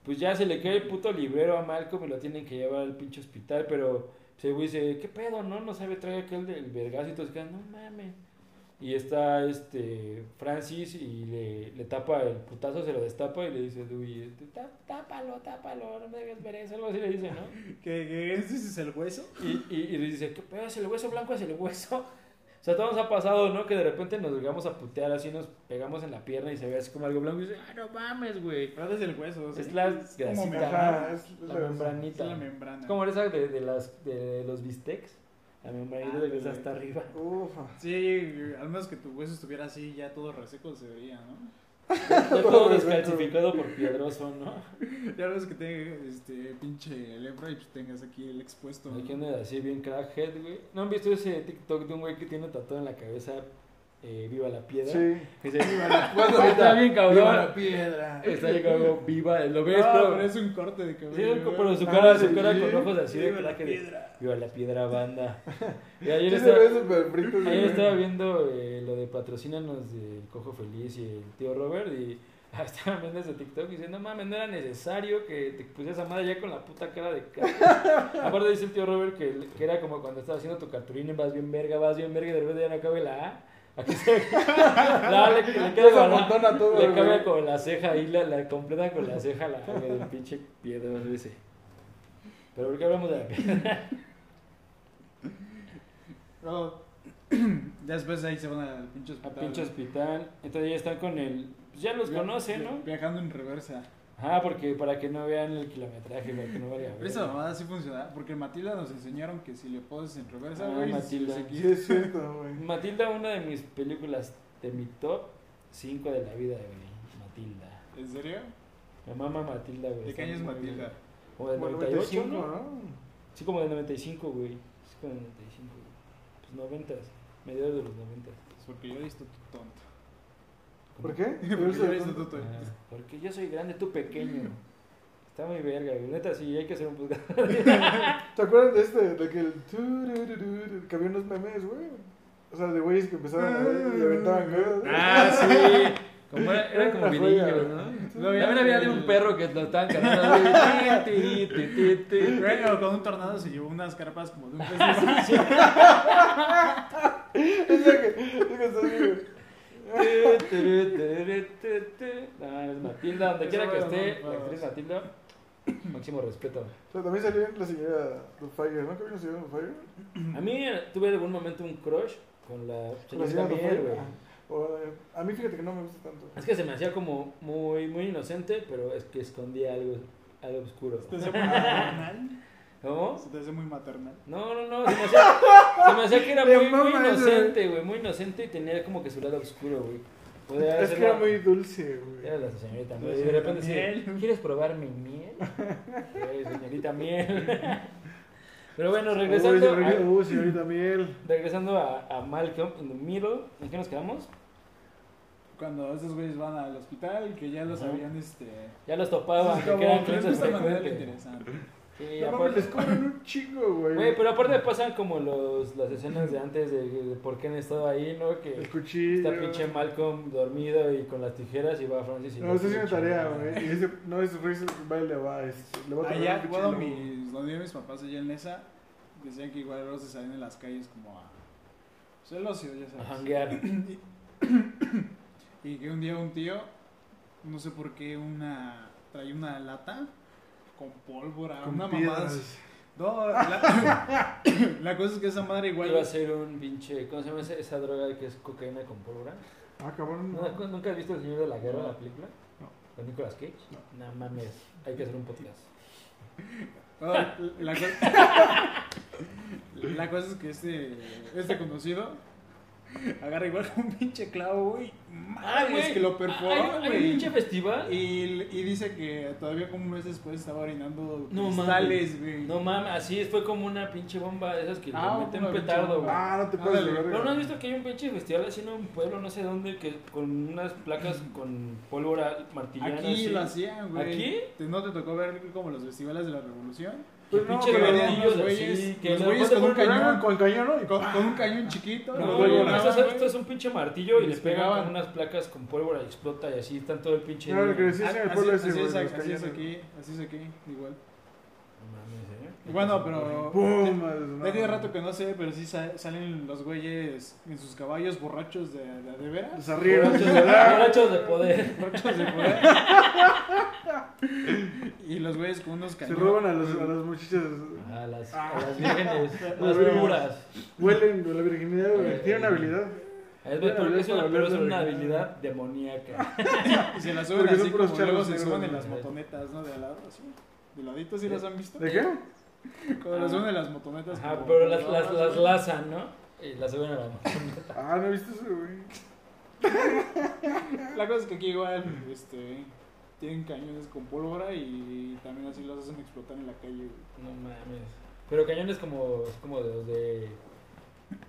S4: pues ya se le cae el puto librero a Malcolm y lo tienen que llevar al pinche hospital, pero se güey dice, ¿qué pedo, no? No sabe traer aquel del vergazo y todos quedan, no mames. Y está este Francis y le, le tapa el putazo, se lo destapa y le dice, Dewey, este, "Tá- tápalo, tápalo, no me debes ver eso, algo así le dice, ¿no?
S1: Que, que ese es el hueso.
S4: Y, y, y dice, ¿qué pedo? ¿Es el hueso blanco? ¿Es el hueso? O sea, todos nos ha pasado, ¿no? Que de repente nos llegamos a putear así, nos pegamos en la pierna y se ve así como algo blanco y dice, ah, no mames, güey.
S1: Pero es el hueso.
S4: Es la
S1: como
S4: grasita,
S1: membrana.
S5: Ajá, es, es
S4: La
S5: Pues la verdad.
S1: Es la
S4: membranita.
S1: membrana.
S4: Es como esa de, de, las, de los bistecs. La membranita
S1: Ah,
S4: de que está
S1: güey.
S4: hasta arriba.
S5: Ufa.
S1: Sí, al menos que tu hueso estuviera así, ya todo reseco se vería, ¿no?
S4: Ya todo descalcificado por piedroso, ¿no?
S1: Ya ves que tenga este pinche lepra y pues tengas aquí el expuesto.
S4: Hay que andar así bien crackhead, güey. ¿No han visto ese TikTok de un güey que tiene tatuado en la cabeza eh, Viva la Piedra?
S5: Sí.
S4: Que dice, Viva la Piedra. Está bien
S5: Viva la
S4: cabrón.
S5: piedra.
S4: Está bien cabrón. Viva, lo ves,
S1: Ah,
S4: pero-
S1: pero es un corte de
S4: Sí,
S1: cabello.
S4: pero su
S5: Ah,
S4: cara, su
S5: sí.
S4: cara con ojos así de
S1: Viva la
S4: crack. de-
S1: piedra.
S4: Viva la piedra banda. Y
S5: Sí,
S4: ayer,
S5: se ve
S4: estaba,
S5: súper frito,
S4: ayer
S5: güey.
S4: estaba viendo eh, lo de patrocínanos del Cojo Feliz y el tío Robert y estaba viendo ese TikTok y diciendo, no mames, no era necesario que te pusieras a madre ya con la puta cara de crack". Aparte dice el tío Robert que, que era como cuando estaba haciendo tu cartulina, vas bien verga, vas bien verga y de repente ya no cabe la A. Aquí se... No, le, le queda
S5: Se
S4: con la-
S5: amontona todo,
S4: le
S5: güey.
S4: cabe con la ceja ahí, la, la completa con la ceja, la la del pinche piedra ese. Pero ¿por qué hablamos de la piedra?
S1: Pero, ya después ahí se van al pinche
S4: A
S1: hospital.
S4: pinche hospital. Entonces ya están con el. Pues ya los
S1: Via-
S4: conocen,
S1: via-
S4: ¿no?
S1: Viajando en reversa.
S4: Ah, porque para que no vean el kilometraje, para que no valga.
S1: Pero esa mamada sí funciona, porque en Matilda nos enseñaron que si le pones en reversa,
S4: Ah,
S1: güey, se-
S4: Matilda.
S1: se
S5: Sí,
S1: quita.
S5: es cierto, güey.
S4: Matilda, una de mis películas de mi top 5 de la vida, güey. Matilda.
S1: ¿En serio?
S4: Me mama Matilda, Pues güey.
S1: ¿De qué año es Matilda?
S4: Como del
S5: Bueno,
S4: 98, ¿no?
S5: 95, ¿no?
S4: Sí, como del 95, güey. Sí, como del 95, güey. Pues 90, mediados de los 90.
S1: Pues porque yo he visto tu tonto.
S5: ¿Por qué?
S1: Porque yo he visto tu tonto.
S4: Ah, porque yo soy grande, tú pequeño. Está muy verga, güey. Neta, sí, hay que hacer un podcast.
S5: ¿Te acuerdas de este? De que el tururururu, que había unos memes, güey. O sea, de güeyes que empezaron a ver y aventaban cosas.
S4: Ah, sí. Como era, era como
S5: Una joya,
S4: video,
S5: güey.
S4: ¿no?
S2: También había de un perro que lo estaban cargando. güey. Ti, ti, ti, ti, ti.
S1: Bueno, con un tornado se llevó unas carpas como de un pez de
S4: Es lo que, es lo que está bien. No, es Matilda, donde quiera que esté, la actriz Matilda, máximo respeto.
S5: Pero también salió la señora Fire, ¿no? ¿Qué vino la señora Fire?
S4: A mí eh, tuve algún momento un crush con la
S5: Con la ah.
S4: señorita Miel, güey.
S5: A mí fíjate que no me gusta tanto.
S4: Es que se me hacía como muy, muy inocente, pero es que escondía algo, algo oscuro.
S1: ¿Se te hace muy maternal?
S4: ¿Cómo?
S1: ¿Se te hace muy maternal?
S4: No, no, no, se me hacía, se me hacía que era
S5: Le
S4: muy, muy
S5: mama eso,
S4: inocente, güey, muy inocente y tenía como que su lado oscuro, güey. Podía
S5: Es que
S4: hacerlo-
S5: era muy dulce, güey.
S4: Era la señorita
S1: La
S4: miel. Y de
S1: señorita
S4: repente sí,
S1: miel.
S4: ¿quieres probar mi miel? Ay, señorita miel. Pero bueno, regresando,
S5: Uy, señorita,
S4: a,
S5: uy, señorita Miel.
S4: regresando a, a Malcolm in the Middle, ¿en qué nos quedamos?
S1: Cuando esos güeyes van al hospital, que ya los
S4: Ajá.
S1: habían, este...
S4: Ya los topaban,
S1: es
S4: que
S1: como
S4: eran
S1: que les
S4: clientes
S1: gusta mantenerlo
S4: frecuentes.
S1: interesante.
S4: Sí,
S5: No mames,
S4: aparte-
S5: les cobran un chingo, güey.
S4: Güey, pero aparte pasan como los, las escenas de antes de, de por qué han estado ahí, ¿no? Que
S5: El cuchillo.
S4: está pinche Malcolm dormido y con las tijeras y va Francis y
S5: No, estoy haciendo
S4: pinche-
S5: tarea, güey. Y dice, no, es Riz, va y le va. es- Le va a tocar
S1: Allá,
S5: un cuchillo.
S1: bueno, mis, donde viven mis papás allá en esa, decían que igual luego se salían en las calles como a... Pues el ocio, ya
S4: A
S1: sabes.
S4: janguear.
S1: Y que un día un tío, no sé por qué, una traía una lata con pólvora,
S5: Con
S1: una mamada.
S5: piedras.
S1: así. No, la, la cosa es que esa madre igual.
S4: Iba a ser un pinche. ¿Cómo se llama esa, esa droga que es cocaína con pólvora?
S5: Ah, cabrón.
S4: ¿No-
S5: No.
S4: ¿Nunca has visto El Señor de la Guerra,
S1: No.
S4: la película?
S5: No.
S4: ¿Con Nicolas Cage? No. mames, hay que hacer un podcast.
S1: No, la, la co- la cosa es que este, este conocido agarra igual un pinche clavo, güey. Madre, Ah, es que lo
S4: Hay,
S1: perforó,
S4: hay un
S1: güey.
S4: pinche festival.
S1: Y, y dice que todavía como un mes después estaba orinando
S4: No
S1: cristales, güey.
S4: No mames, así fue como una pinche bomba de esas que
S1: Ah,
S4: le meten
S1: una
S4: un
S1: pinche
S4: petardo, güey.
S1: bomba.
S5: Ah, no te puedes
S1: Ándale.
S5: llevar.
S4: Pero no has visto que hay un pinche festival así en un pueblo, no sé dónde, que con unas placas con pólvora martillana.
S1: Mm. Aquí
S4: así.
S1: lo hacían, güey.
S4: ¿Aquí?
S1: Te- ¿No te tocó ver como los festivales de la revolución?
S4: Los
S5: Pero no,
S4: pinches
S5: pero-
S4: martillos
S1: Pues los
S4: así,
S1: güeyes-
S4: que
S1: los
S4: de
S1: güeyes
S4: repente
S1: con un
S4: ponen-
S1: cañón.
S5: Con cañón, ¿no? Y
S1: Con,
S5: con-
S1: con un cañón chiquito.
S4: No,
S5: No,
S1: lo
S5: güey,
S4: no,
S5: no,
S1: llenaban,
S4: esto, es,
S1: güey.
S4: esto es un pinche martillo y
S1: Y
S4: les
S1: les
S4: pegan
S1: pegaban.
S4: con unas placas con pólvora y explota y así están todo el pinche.
S5: No,
S4: día.
S5: lo que decía
S1: Ah,
S5: es en el
S1: Así,
S5: pueblo ese,
S1: así
S5: güey.
S1: es,
S5: los
S1: así es
S5: cañones.
S1: aquí, así es aquí, igual.
S4: No mames, ¿eh?
S1: Y bueno, pero...
S5: Pum, madre,
S1: ya-
S5: no.
S1: Ya tiene rato que no sé, pero sí sa- salen los güeyes en sus caballos borrachos de, de, de veras.
S5: Los arrieros.
S4: Borrachos de- borrachos de poder.
S1: Borrachos de poder. y los güeyes con unos
S5: Se
S1: cañones.
S5: roban a los- a las muchachas.
S4: A Ah, las, a
S5: Ah.
S4: las vírgenes, a las
S5: Virgen.
S4: puras.
S5: Huelen de la virginidad, güey. Tienen habilidad.
S4: Es,
S5: Bueno,
S4: pero es
S5: ya
S4: una,
S5: para
S4: pero
S5: hablar
S4: es
S5: de
S4: una
S5: virgen.
S4: habilidad demoníaca.
S1: Y se las suben
S5: Porque son
S1: así como
S5: puros
S1: luego
S5: charros
S1: se
S5: negros,
S1: suben en
S5: güey.
S1: las motonetas, ¿no? De al lado, así. De ladito, ¿sí las han visto?
S5: ¿De qué?
S1: Cuando las suben en las motonetas.
S4: Ajá,
S1: como-
S4: Ah, pero las, las,
S1: como-
S4: las lazan, ¿no? Y las suben a la mano.
S5: Ah, no he visto eso, güey.
S1: La cosa es que aquí igual, este, tienen cañones con pólvora y también así los hacen explotar en la calle, güey.
S4: No mames. Pero cañones como, es como de los de,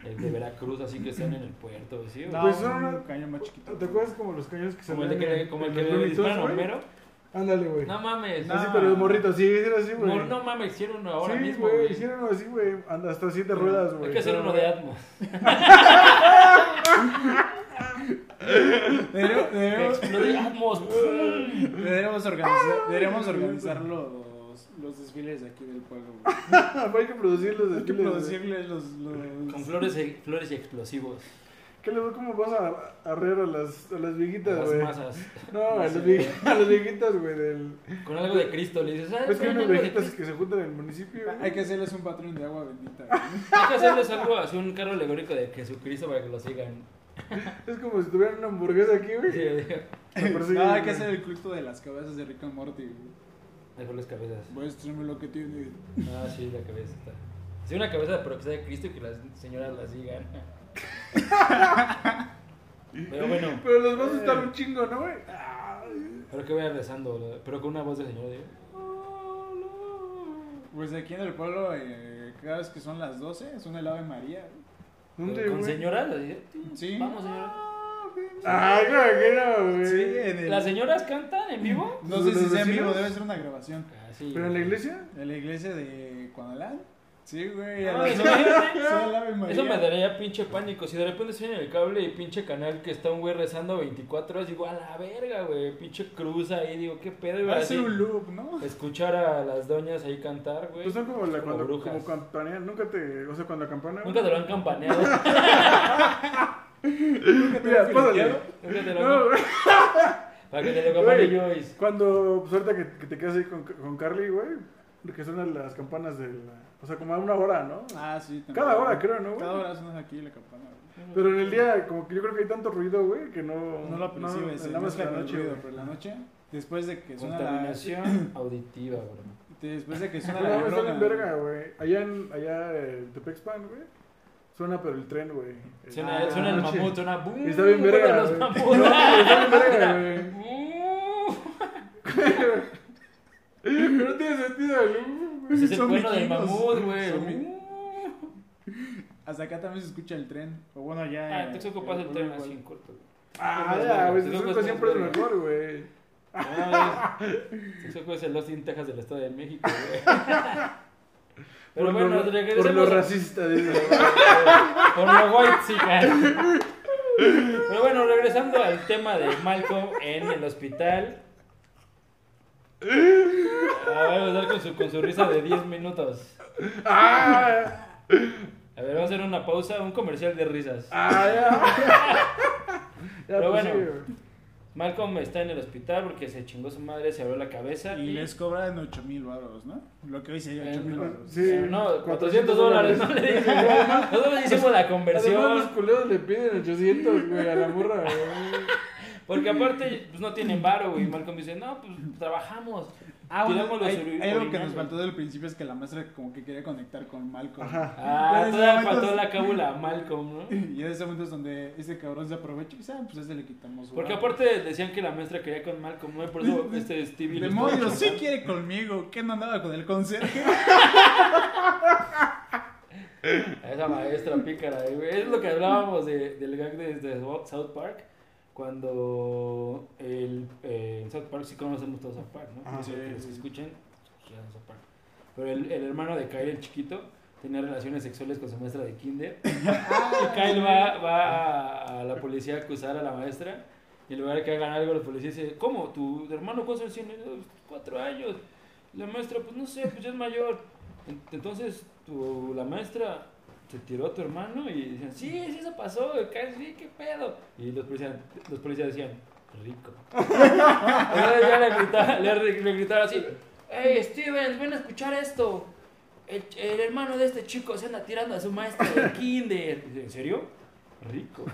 S4: el de Veracruz, así que están en el puerto, ¿sí?
S5: No,
S1: pues
S5: pues son
S1: un
S5: una-
S1: cañón más chiquito.
S5: ¿Te acuerdas como los cañones que se
S4: como el de que, como el que le disparan a Homero.
S5: Ándale, güey.
S4: No mames.
S1: No,
S5: Así, pero los morritos, sí, era así, güey.
S4: Mor- no mames, hicieron uno ahora
S5: sí,
S4: mismo, güey.
S5: hicieron uno así, güey. Anda, Hasta siete ruedas, güey.
S4: Hay que hacer uno de Atmos.
S1: Deberíamos,
S4: Que
S1: deberíamos-
S4: explode Atmos.
S1: deberíamos organizar, deberíamos organizar los, los desfiles de aquí del pueblo, güey.
S5: Hay que producirlos.
S1: Hay que
S5: desfiles, güey.
S1: producirles los...
S4: Con
S1: los...
S4: flores y, flores y explosivos.
S5: ¿Qué le cómo vas a a arrear a las, a las viejitas,
S4: Las
S5: güey?
S4: masas.
S5: No, a
S4: Sí.
S5: las, vie- a las viejitas, güey. Del...
S4: Con algo de Cristo le dices, ah,
S5: Es que hay
S4: traen
S5: unas
S4: algo de
S5: viejitas
S4: Cristo.
S5: que se juntan en el municipio. güey.
S1: Hay que hacerles un patrón de agua bendita, güey.
S4: Hay que hacerles algo así, un carro alegórico de Jesucristo para que lo sigan.
S5: Es como si tuvieran una hamburguesa aquí, güey.
S4: Sí, de
S5: Me parece
S1: No, Ah, hay
S5: bien,
S1: que
S5: güey.
S1: hacer el culto de las cabezas de Rick and Morty, güey.
S4: por las cabezas.
S1: Muéstrame lo que tiene.
S4: Ah, sí, la cabeza está. Sí, una cabeza, pero que sea de Cristo y que las señoras la sigan. Pero bueno,
S5: Pero los vas a estar un chingo, ¿no, güey?
S4: pero que vaya rezando, ¿verdad? pero con una voz de señor, digo.
S1: Pues aquí en el pueblo, eh, cada vez que son las 12, es un helado de María.
S5: ¿Dónde,
S4: Con
S5: güey?
S4: señoras, así,
S1: Sí.
S4: Vamos, señora.
S5: Ah, claro que no, güey.
S1: Sí, en el-
S4: ¿Las señoras cantan en vivo?
S1: No sé si
S5: ¿Los
S1: sea en
S5: vecinos?
S1: vivo, debe ser una grabación.
S4: Ah, sí.
S5: ¿Pero en la iglesia?
S1: En la iglesia de Cuanalán, Sí, güey.
S5: Ah,
S4: No,
S1: a las-
S4: eso-
S1: soy el Ave María.
S4: Eso me daría pinche pánico. Si de repente estoy en el cable y pinche canal que está un güey rezando 24 horas, digo, a la verga, güey. Pinche cruz ahí, digo, qué pedo,
S1: Va
S4: güey.
S1: a ser
S4: Así,
S1: un loop, ¿no?
S4: Escuchar a las doñas ahí cantar, güey.
S5: Pues son como la
S4: Como
S5: cuando,
S4: brujas.
S5: como campanean, nunca te, o sea, cuando acampanan.
S4: Nunca te lo han campaneado.
S5: Mira, pásale.
S4: Nunca te lo han
S5: No, güey.
S4: Para que te lo campane
S5: Güey.
S4: Joyce.
S5: Cuando, pues ahorita que, que te quedas ahí con, con Carly, güey, que suenan las campanas de la, o sea, como a una hora, ¿no?
S1: Ah, sí. también.
S5: Cada hora, creo, ¿no, güey?
S1: Cada hora suena aquí la campana, güey.
S5: Pero en el día, como que yo creo que hay tanto ruido, güey, que no...
S1: No lo percibes,
S5: nada más en la
S1: noche,
S5: noche,
S1: ruido,
S5: güey.
S1: pero en la noche, después de
S5: Ah.
S1: que suena la...
S4: Contaminación auditiva, bro.
S1: Después de que suena
S5: No,
S1: la
S5: güey, suena en verga,
S1: llorona.
S5: güey. Allá en, allá en Tepexpan, güey, suena pero el tren, güey.
S4: Suena,
S5: Ah,
S4: suena el
S5: noche.
S4: mamut, Mm, suena boom.
S5: Está bien
S4: vuelan
S5: verga,
S4: los
S5: güey.
S4: mamuts.
S5: No, güey, está bien verga, güey.
S4: Boom.
S5: Pero no tiene sentido el...
S4: Ese es el
S1: Son
S4: cuerno del
S1: vikingos.
S4: mamut, güey.
S1: Son vi-
S4: Boom.
S1: Hasta acá también se escucha el tren. O bueno,
S4: Ah,
S1: ya...
S4: entonces
S1: eh,
S4: ocupas el
S1: igual.
S4: tren así en corto. güey.
S5: Ah,
S4: Pues,
S5: ya,
S4: güey,
S5: güey,
S4: si
S5: ese
S4: no,
S5: truco
S4: pues,
S5: siempre es
S4: güey.
S5: mejor, güey.
S4: Ah, güey. Eso fue el Lost in Texas del Estado de México, güey. Pero
S5: Por
S4: bueno,
S5: lo-
S4: regresemos.
S5: Por lo racista de eso.
S4: Por lo white chica. Pero bueno, regresando al tema de Malcolm en el hospital. Ah, vamos a dar con su, con su risa de 10 minutos.
S5: ¡Ah!
S4: A ver, vamos a hacer una pausa, un comercial de risas.
S5: ¡Ah, ya! ya
S4: Pero
S5: pues,
S4: bueno.
S5: sí, güey.
S4: Malcolm está en el hospital porque se chingó su madre, se abrió la cabeza.
S1: Y les cobran 8 mil baros, ¿no? Lo que hoy sería 8 mil
S4: Eh,
S1: baros.
S5: Sí,
S4: no, 400
S5: 400
S4: dólares.
S5: dólares.
S4: No le dicen, güey, ¿no? Nosotros hicimos la
S5: Además, los
S4: conversión.
S5: culeros le piden 800, güey, a la morra, güey.
S4: Porque aparte, pues no tienen varo, güey. Malcolm dice, no, pues trabajamos.
S1: Ah, bueno,
S4: Tiramos los
S1: hay,
S4: ori-
S1: hay algo que nos
S4: originales.
S1: faltó del principio es que la maestra como que quería conectar con Malcolm.
S5: Ajá.
S1: Ya en
S4: Ah,
S1: ese
S4: todavía
S1: momento
S4: faltó
S1: es-
S4: la cábula a Malcolm, ¿no?
S1: Y en ese momento es donde ese cabrón se aprovecha y dice, ah, pues a ese le quitamos. su
S4: Porque
S1: varo.
S4: aparte decían que la maestra quería con Malcolm, ¿no? Y por eso este Stevie... lo estaba
S1: Demonios, sí
S4: chingando.
S1: quiere conmigo. ¿Qué no andaba con el conserje?
S4: Esa maestra pícara, eh, güey. Es lo que hablábamos de- del gag de, de South Park. Cuando el, eh, en South Park sí conocemos todos South Park, ¿no?
S5: Ah,
S4: Los
S5: sí,
S4: que- los que
S1: sí.
S4: escuchen, escucharon South Park. Pero el, el hermano de Kyle, el chiquito, tenía relaciones sexuales con su maestra de kinder. Y Kyle va, va a, a la policía a acusar a la maestra. Y en lugar de que hagan algo, los policías dicen, ¿cómo? ¿Tu hermano cuántos años tiene? "No, pues, Cuatro años. La maestra, pues no sé, pues ya es mayor. En- Entonces, tu, la maestra se tiró a tu hermano y decían, sí, sí, eso pasó, Kyle, sí, qué pedo. Y los policías, los policías decían, rico. Entonces ya le gritaba, le, le gritaba así, hey, Stevens, ven a escuchar esto. El, el hermano de este chico se anda tirando a su maestra de kinder. Dice, ¿En serio? Rico.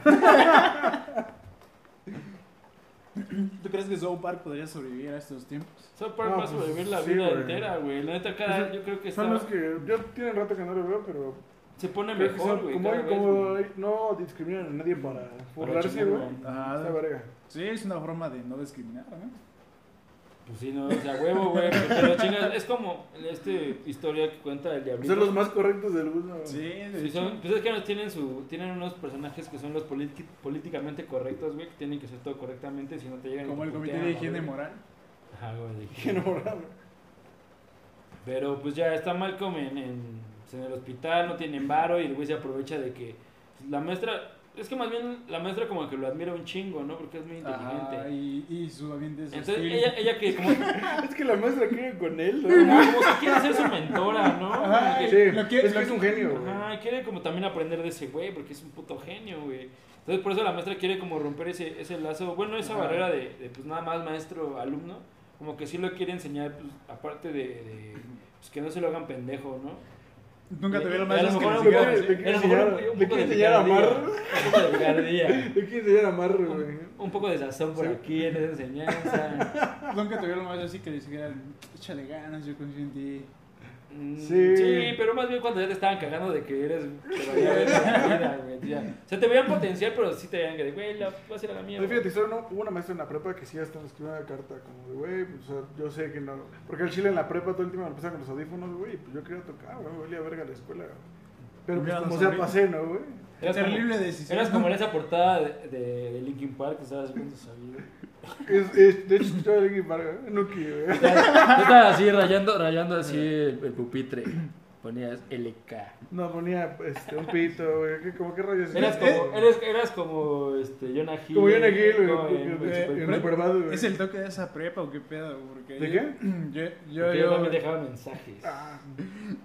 S1: ¿Tú crees que South Park podría sobrevivir a estos tiempos?
S4: South Park
S5: No,
S4: va a
S5: pues,
S4: sobrevivir la
S5: sí,
S4: vida
S5: güey. Pues,
S4: entera, güey. La neta, cada, yo creo que
S5: Son los
S4: está,
S5: que. Yo tiene rato que no lo veo, pero.
S4: se pone
S5: creo que son-
S4: mejor, güey.
S5: como
S4: cada
S5: hay-
S4: vez,
S5: como
S4: güey.
S5: hay- no discriminan a nadie para burlarse,
S4: chingarlo.
S5: güey. Está
S1: Ah,
S5: verga.
S1: sí, es una forma de no discriminar, ¿no?
S4: Pues sí, no, o sea, huevo, güey. porque te lo chingas. Es como esta historia que cuenta el diablito.
S5: Son los más correctos del mundo.
S1: Sí, de
S4: Sí,
S1: hecho.
S4: son, pues es que nos tienen, su, tienen unos personajes que son los politi- políticamente correctos, güey, que tienen que hacer todo correctamente, si no te llegan y
S1: como
S4: te
S1: el comité
S4: putean,
S1: de
S4: ¿no,
S1: higiene
S4: güey?
S1: moral.
S4: Ajá, güey, de
S5: Que
S4: higiene
S5: no,
S4: moral.
S5: güey.
S4: Pero pues ya está Malcolm en, en, pues, en el hospital, no tienen varo y el güey se aprovecha de que la maestra, es que más bien la maestra como que lo admira un chingo, ¿no? Porque es muy inteligente.
S1: Ajá, y, y su ambiente es
S4: Entonces
S1: hostil.
S4: ella, ella que como, como,
S5: Es que la maestra quiere con él,
S4: como
S5: ¿no?
S4: que quiere ser su mentora, ¿no?
S1: Ajá,
S4: Como que-
S5: Sí, es
S1: Lo
S5: que
S1: que- lo
S5: es un genio, güey.
S4: Ajá, y quiere como también aprender de ese güey, porque es un puto genio, güey. Entonces por eso la maestra quiere como romper ese, ese lazo, bueno, esa
S1: Ajá.
S4: barrera de, de, pues nada más maestro-alumno, como que sí lo quiere enseñar, pues aparte de, de, pues que no se lo hagan pendejo, ¿no?
S1: Nunca te vieron
S4: Y a
S1: más
S4: lo
S1: los que
S4: mejor
S1: nos
S4: no me
S1: digan,
S4: acuerdo.
S5: Le quiere
S4: A lo mejor
S5: enseñar-
S4: un- un
S5: le
S4: poco
S5: quiere
S4: de
S5: enseñar a
S4: picardía,
S5: amar.
S4: Un poco de picardía.
S5: Le quiere enseñar a amarre, güey.
S4: Un poco de sazón por
S5: Sí.
S4: aquí en esa enseñanza.
S1: Nunca te vieron más así que les dijeran, échale ganas, yo confío en ti.
S4: Mm,
S5: Sí.
S4: sí, pero más bien cuando ya te estaban cagando de que eres. Pero ya eres la vida, güey, ya. O sea, te veían potencial, pero sí te veían que de, güey, la, vas a ir a la mierda.
S5: Oye, fíjate, solo no, hubo una maestra en la prepa que sí hasta nos escribió una carta como de, güey, pues, o sea, yo sé que no. Porque el chile en la prepa todo el tiempo me lo pasaba con los audífonos, güey, y pues yo quería tocar, güey, me valía verga la escuela. güey. Pero pues
S1: Mira,
S5: como
S1: los
S5: sea,
S1: audífonos.
S5: pasé, ¿no, güey?
S4: Eras
S1: Terrible
S4: como,
S1: decisión.
S4: Eras como en esa portada de, de, de Linkin Park que estabas viendo esa vida.
S5: Es, es, de hecho, yo era alguien para, no ¿eh? quiero, güey.
S4: Yo estaba así rayando, rayando así el, el pupitre. Ponías LK.
S5: No, ponía este, un pito, güey. que- Como que rayos.
S4: Eras
S5: Eh,
S4: como, eres, eras como este, Jonah Hill.
S5: Como Jonah Hill, güey,
S4: como en-
S5: en-
S4: en
S5: en-
S4: Superman.
S5: en- Superbad, güey.
S1: ¿Es el toque de esa prepa o qué pedo? Porque
S5: ¿De
S1: yo-
S5: qué?
S1: Yo, yo,
S4: Porque yo también
S1: yo,
S4: dejaba mensajes.
S5: Ah,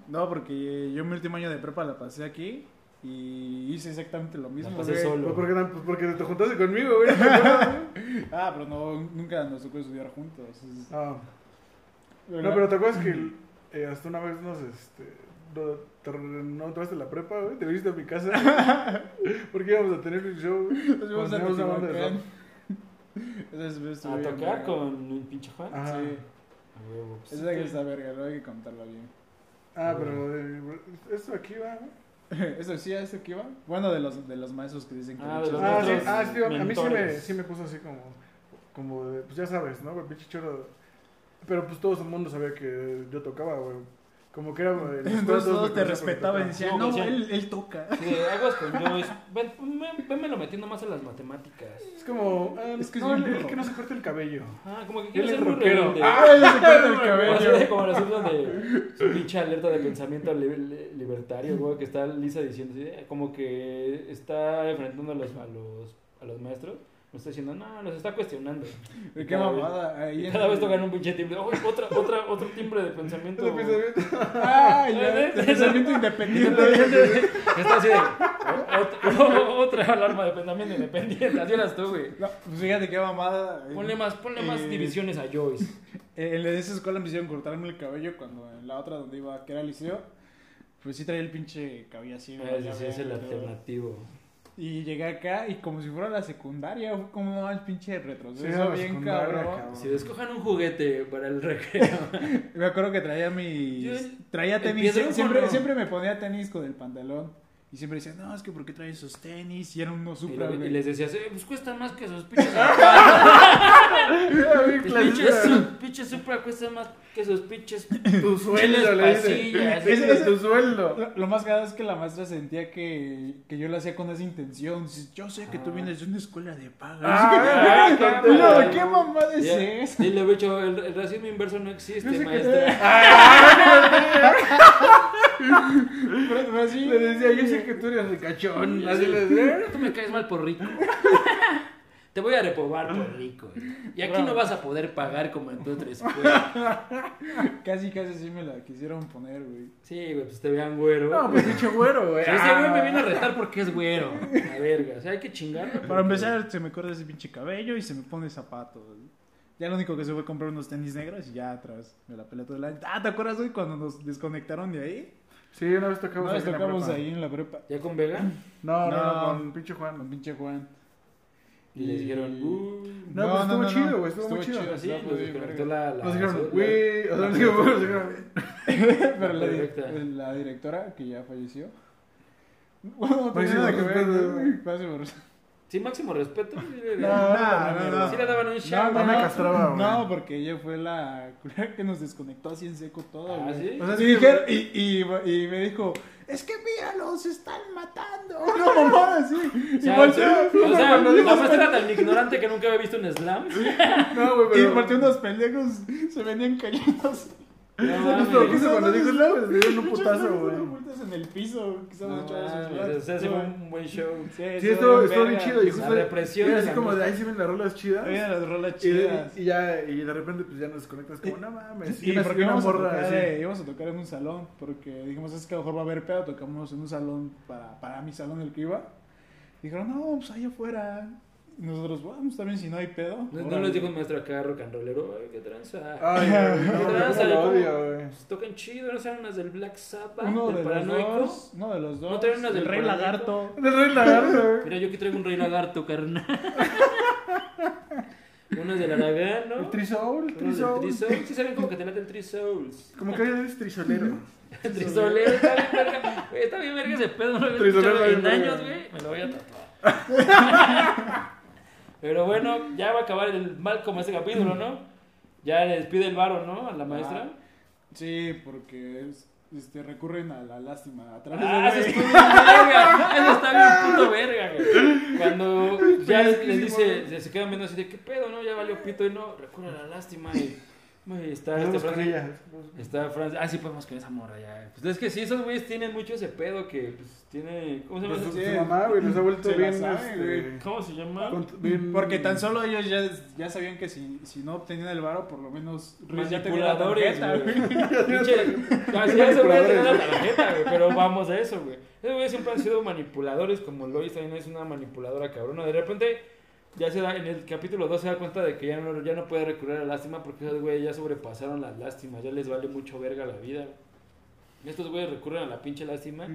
S1: no, porque yo mi último año de prepa la pasé aquí y hice exactamente lo mismo.
S4: La pasé
S1: güey.
S4: solo.
S5: pues porque, eran- pues porque te juntaste conmigo, güey. ¿te acuerdas, güey?
S1: Ah, pero no, nunca nos tocó estudiar juntos. Es-
S5: Ah. No, pero ¿te acuerdas que eh, hasta una vez nos, este, no, te, no entraste a la prepa, güey? Te viniste a mi casa. porque íbamos a tener un show, güey.
S1: Nos vimos
S5: Cuando
S1: en
S5: teníamos una banda pues, de
S1: Teotihuacán. Esa vez estuvo
S4: A
S1: bien
S4: tocar
S1: verga.
S4: con un pinche Juan.
S5: Ajá.
S1: Sí,
S4: A huevo, pues,
S1: esa que está verga, luego hay que contarla bien.
S5: Ah, pero eh, esto aquí va. ¿no?
S1: ¿Eso sí, eso que iba? Bueno, de los, de los maestros que dicen que...
S4: Ah, de
S1: luchas-
S4: los
S5: Ah, sí,
S4: otros
S5: ah, sí, a mí sí me,
S4: mentores.
S5: sí me puso así como, como de, pues ya sabes, ¿no? El pinche choro. Pero pues todo el mundo sabía que yo tocaba, güey. Como que era, güey. en la escuela
S1: Entonces todos te
S5: me conocían porque
S1: respetaban y
S5: tocaba.
S1: decían,
S4: No,
S1: no,
S4: decían-
S1: él, él toca.
S4: Sí, de aguas con Joyce. Ven, ven- vénmelo metiendo más a las matemáticas.
S5: Es como, ah,
S1: Es que es
S5: no,
S1: bien
S5: el, el
S1: burro.
S5: que no se corta el cabello.
S4: Ah, como que
S5: Él
S4: quiero
S5: es
S4: ser muy
S5: rockero.
S4: rebelde.
S5: Ah,
S1: él se corta el
S4: Como
S1: cabello.
S4: así- Como los otros de su pinche alerta de pensamiento li- li- libertario, güey, que está Lisa diciendo, así, eh, como que está enfrentando a los, a los, a los maestros. No está diciendo, no, los está cuestionando.
S1: Qué
S4: Cada vez-
S1: mamada. Ahí
S4: Y
S1: en-
S4: cada vez tocan un pinche timbre. "Ay, otra, otra, otro timbre de pensamiento.
S5: Entonces, pensamiento-
S1: Ah, ya, de pensamiento independiente.
S4: Está así de. "Ot- o- Otra alarma de pensamiento independiente. Así eras tú, güey.
S1: No, pues fíjate qué mamada.
S4: Ponle más, ponle más
S1: Eh,
S4: divisiones a Joyce.
S1: En en esa escuela me hicieron cortarme el cabello cuando en la otra donde iba, que era liceo, pues sí traía el pinche cabello así.
S4: Ah,
S1: ¿no?
S4: ese
S1: Ya
S4: sí es
S1: ven,
S4: el
S1: todo.
S4: alternativo.
S1: Y llegué acá y como si fuera la secundaria, fue como el pinche retroceso
S5: Sí, era la
S1: Pues bien
S5: secundaria,
S1: cabrón.
S5: cabrón.
S4: Si escojan un juguete para el recreo.
S1: Me acuerdo que traía mis...
S4: Yo el-
S1: traía
S4: el
S1: tenis,
S4: piedrón,
S1: siempre,
S4: ¿no?
S1: siempre me ponía tenis con el pantalón. Y siempre decía, no, es que ¿por qué traes esos tenis? Y eran unos
S4: Y,
S1: supra,
S4: lo-
S1: güey.
S4: y les decías, eh, pues cuestan más que sus pinches zapatos. Tus pinches su- pinches supra cuestan más que sus pinches.
S5: Tu sueldo, le dice.
S4: pasillas,
S5: Ese es tu sueldo.
S1: Lo, lo más cagado es que la maestra sentía que, que yo lo hacía con esa intención. Dice, Yo sé que tú
S4: Ah.
S1: vienes de una escuela de paga.
S5: Ah,
S1: Dice,
S5: ah,
S1: "Pero,
S5: ah,
S1: ¿Qué mamada es
S4: Ya,
S1: esa?
S4: Dile, bicho, el, el racismo inverso no existe,
S5: Dice que-
S4: maestra.
S1: Pero- pero así-
S5: Le decía, yo sé que tú eres ricachón. Así le decía.
S4: Tú me caes mal por rico. Te voy a reprobar por rico. Y aquí no vas a poder pagar como en tu otra escuela.
S1: Casi, casi sí me la quisieron poner, güey.
S4: Sí, güey, pues te vean güero.
S5: No, pues pinche güero, güey.
S4: O sea, ese güey me viene a retar porque es güero. La verga, o sea, hay que chingarlo.
S1: Para empezar, se me corta ese pinche cabello y se me pone zapatos. Ya lo único que se fue comprar unos tenis negros y ya atrás. Me la pelé todo el año. Ah, ¿te acuerdas, güey, cuando nos desconectaron de ahí?
S5: Sí, una vez tocamos
S1: Nos
S5: aquí en la
S1: tocamos
S5: prepa.
S1: ahí en la prepa
S4: ¿Ya con Vega?
S5: No, no,
S1: No.
S5: no, con pinche Juan.
S1: con pinche Juan.
S4: Y les dijeron, uh.
S5: No, pues estuvo chido, güey, estuvo muy chido.
S4: Así,
S1: estuvo
S4: nos
S1: bien
S4: desconectó
S1: pues, verga.
S4: la. la
S5: Nos
S4: la-
S5: dijeron, güey. O sea, nos dijeron, nos dijeron,
S1: Pero la,
S4: Perfecta.
S1: la directora, que ya falleció. Bueno, no
S5: Pues
S1: tenía nada
S5: sí,
S1: que
S5: por
S1: ver.
S5: respeto,
S1: güey. Pues sí, por-
S4: Sí, máximo respeto. sí, le-
S1: no, no, no.
S4: Sí le daban un
S1: No,
S4: shout.
S1: no,
S5: me
S1: no.
S5: castraba, güey.
S1: No, porque ella fue la culera que nos desconectó así en seco todo.
S4: Ah,
S1: güey.
S4: sí.
S1: O sea, sí dijeron, y, y, y me dijo, es que mira, los están matando. Una mamada así.
S4: O
S1: Y
S4: sea,
S1: volteó-
S4: o sea,
S1: nos
S4: la
S1: dimos
S4: maestra era tan ignorante que nunca había visto un slam.
S5: No, güey,
S1: cuenta- Y
S5: pero.
S1: volteó unos pendejos, se venían cayendo. así.
S4: No,
S5: ¿Sabes lo que hizo cuando dijo el nombre? pues, Le dieron un putazo, güey.
S1: Dando vueltas en el piso. que estaban echados sus
S4: Ah, O
S1: brazos.
S4: sea, sí fue un buen show.
S5: Sí, estuvo estuvo
S1: verga.
S5: bien chido. Y
S4: La
S5: justo
S4: represión
S5: era
S4: de
S5: así
S4: la
S5: como de
S4: música.
S5: ahí se ven las rolas chidas.
S1: Había las rolas
S5: Y,
S1: chidas.
S5: y ya, y de repente pues ya nos desconectas como, no mames,
S1: Y
S5: y una,
S1: porque
S5: una
S1: íbamos a,
S5: morra
S1: tocar,
S5: así.
S1: eh, íbamos a tocar en un salón, porque dijimos, es que a lo mejor va a haber pedo, tocamos en un salón para, para mi salón el que iba. Dijeron, no, pues allá afuera. Y nosotros, vamos también si no hay pedo.
S4: No, no
S1: órale".
S4: les dijo un maestro acá rock and rollero, ay, qué tranza.
S5: Ay, güey, no,
S4: ¿Qué
S5: no,
S4: tranza?
S5: lo
S4: ¿Cómo?
S5: odio, güey.
S4: Pues tocan chido, no sean unas del Black Sabbath,
S1: Uno
S4: del
S1: de
S4: paranoico.
S1: los dos. No, de los dos.
S4: ¿No traen unas
S1: el
S4: del
S1: Rey
S4: Paranoico?
S1: Lagarto.
S5: El rey lagarto, güey.
S4: Mira, yo aquí traigo un rey lagarto, carnal. Unas del Aragán, ¿no?
S5: El trisoul, el
S4: Unas del
S5: trisoul.
S4: Trisoul. Sí saben como que te late el Trisouls.
S5: Como que eres trisolero.
S4: El Trisolero, está bien verga. Güey, está bien verga ese pedo, no lo había escuchado
S5: Trisolero
S4: en
S5: está bien
S4: años,
S5: verga.
S4: güey. Me lo voy a tatuar. Pero bueno, ya va a acabar el mal como este capítulo, ¿no? Ya les pide el varo, ¿no? A la maestra.
S5: Ah,
S1: Sí, porque es- este, recurren a la lástima. A través
S4: Ah,
S1: de
S4: eso estuvo bien verga. Eso está bien puto verga, güey. Cuando ya les dice, se, se quedan viendo así de qué pedo, ¿no? Ya valió pito y no, recuerda la lástima y Güey, está
S5: Vamos
S4: este
S5: con
S4: Francis-
S5: ella.
S4: Está Francia. Ah, sí, podemos con esa morra ya. Pues es que sí, esos güeyes tienen mucho ese pedo que pues, tiene. ¿Cómo se llama?
S5: Pues su,
S1: Sí.
S5: su mamá, güey, nos ha vuelto
S1: Se la
S5: bien.
S1: sabe,
S5: este,
S1: güey.
S4: ¿Cómo se llama?
S5: cont- bien-
S1: Porque tan solo ellos ya, ya sabían que si, si no obtenían el varo, por lo menos Ruiz ya tenía la
S4: Manipuladores,
S1: tarjeta,
S4: güey.
S1: güey.
S4: Pinche- Ah, sí, ese güey tenía la tarjeta, güey, pero vamos a eso, güey. Esos güeyes siempre han sido manipuladores, como Lois también es una manipuladora cabrona. De repente, ya se da, en el capítulo 2 se da cuenta de que ya no, ya no puede recurrir a la lástima porque esos güeyes ya sobrepasaron las lástimas, ya les vale mucho verga la vida. Y estos güeyes recurren a la pinche lástima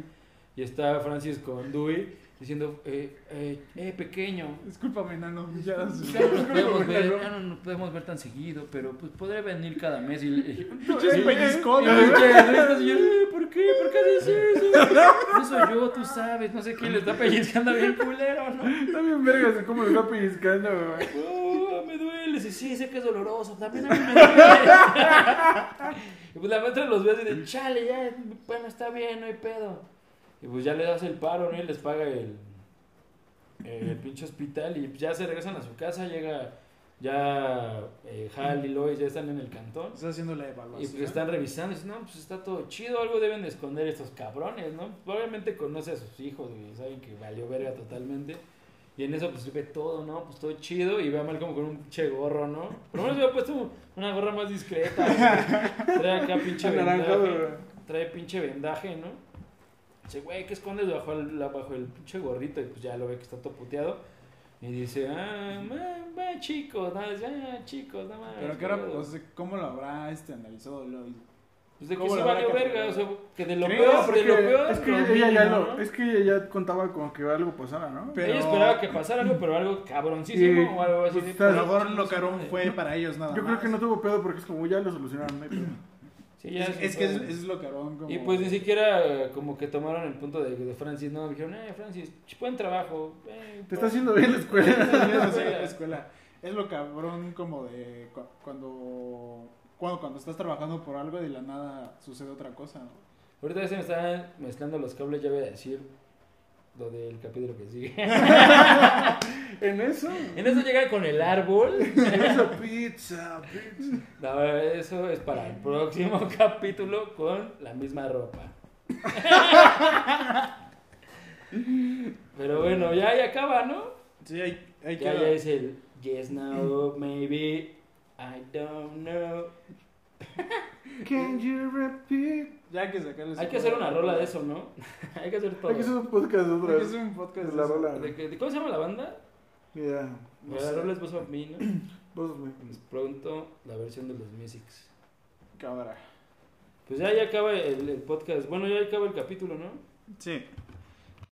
S4: y está Francis con Dewey diciendo, eh, eh, eh, pequeño,
S1: Discúlpame, nano. Ya las-
S4: ya no nos podemos ver, ya no nos podemos ver tan seguido, pero pues podré venir cada mes y le-
S1: Pinches
S4: Sí.
S1: pellizcones,
S4: Y el
S1: güey.
S4: pinche Ernesto, y yo, "Eh, ¿Por qué? ¿Por qué haces eso? No soy yo, tú sabes, no sé quién le está pellizcando bien culero, ¿no?
S5: Está bien vergas de cómo lo está pellizcando, güey.
S1: Pues
S4: "Oh, me duele, sí, sí, sé que es doloroso, también a mí me duele. y pues la maestra los ve así de, chale, ya, bueno, está bien, no hay pedo. Y pues ya le das el paro, ¿no? Y les paga el, el pinche hospital y pues ya se regresan a su casa, llega ya eh, Hal y Lois, ya están en el cantón.
S1: Está haciendo la
S4: Y pues
S1: evaluación.
S4: están revisando y dicen, no, pues está todo chido, algo deben de esconder estos cabrones, ¿no? Obviamente conoce a sus hijos, güey, saben que valió verga totalmente. Y en eso pues ve todo, ¿no? Pues todo chido y ve a mal como con un pinche gorro, ¿no? Por lo menos hubiera puesto una gorra más discreta, güey. Trae acá pinche
S5: Anaranjado,
S4: vendaje.
S5: güey.
S4: Trae pinche vendaje, ¿no? Dice, güey, ¿qué escondes bajo el, la- bajo el pinche gorrito? Y pues ya lo ve que está todo puteado. Y dice, ah, ma- ma, chicos, no, dice, ah, chicos, no mames.
S1: Pero que ahora,
S4: güey".
S1: o sea, ¿cómo lo habrá este, analizado Lois?
S4: Pues de que
S1: ¿Cómo
S4: sí
S1: la van a
S4: valió verga,
S1: catalogar?
S4: o sea, que de lo
S1: Creo,
S5: No,
S4: peor,
S5: porque
S4: de lo peor.
S5: es que
S4: lo
S5: ella
S4: mínimo,
S5: ya lo,
S4: ¿no?
S5: es que ella ya contaba con que algo pasara, ¿no?
S1: Pero-
S4: Ella esperaba que pasara algo, pero algo cabroncísimo
S5: Y,
S4: o algo así.
S5: pues,
S4: de-
S5: está-
S1: A lo mejor lo carón fue para ellos nada
S5: Yo creo
S1: más.
S5: que no tuvo pedo porque es como ya lo solucionaron, ¿no?
S4: Sí, ya
S1: Es,
S4: se
S1: es
S5: pues,
S1: que es,
S4: fue.
S1: es lo carón como...
S4: Y pues ni siquiera como que tomaron el punto de, de Francis, ¿no? Dijeron, eh, Francis, ch- buen trabajo. eh,
S5: Te está haciendo bien la escuela.
S1: Bienvenidos a la escuela. Es lo cabrón como de cu- cuando, cuando cuando estás trabajando por algo y de la nada sucede otra cosa. ¿no?
S4: Ahorita ya se me están mezclando los cables, ya voy a decir lo del capítulo que sigue.
S5: En eso,
S4: en eso llega con el árbol.
S5: en eso, pizza, pizza.
S4: No, eso es para el próximo capítulo con la misma ropa. Pero bueno, ya ahí acaba, ¿no?
S1: Sí, hay, hay
S4: Ya, ya es el yes, no, maybe, I don't know.
S5: Can you repeat?
S1: que sacarle
S4: Hay
S1: su-
S4: que hacer una rola de eso, ¿no? Hay que hacer todo.
S5: Hay que hacer un podcast
S1: Hay
S5: otra
S1: que
S5: vez.
S1: hacer un podcast.
S5: De la
S1: de eso.
S5: rola.
S4: ¿De qué- de ¿Cómo se llama la banda?
S5: Mira,
S4: la rola es Voz of Me, ¿no?
S5: vos me.
S4: Pues pronto la versión de los Musics.
S1: Cámara.
S4: Pues ya, ya acaba el, el podcast. Bueno, ya acaba el capítulo, ¿no?
S1: Sí.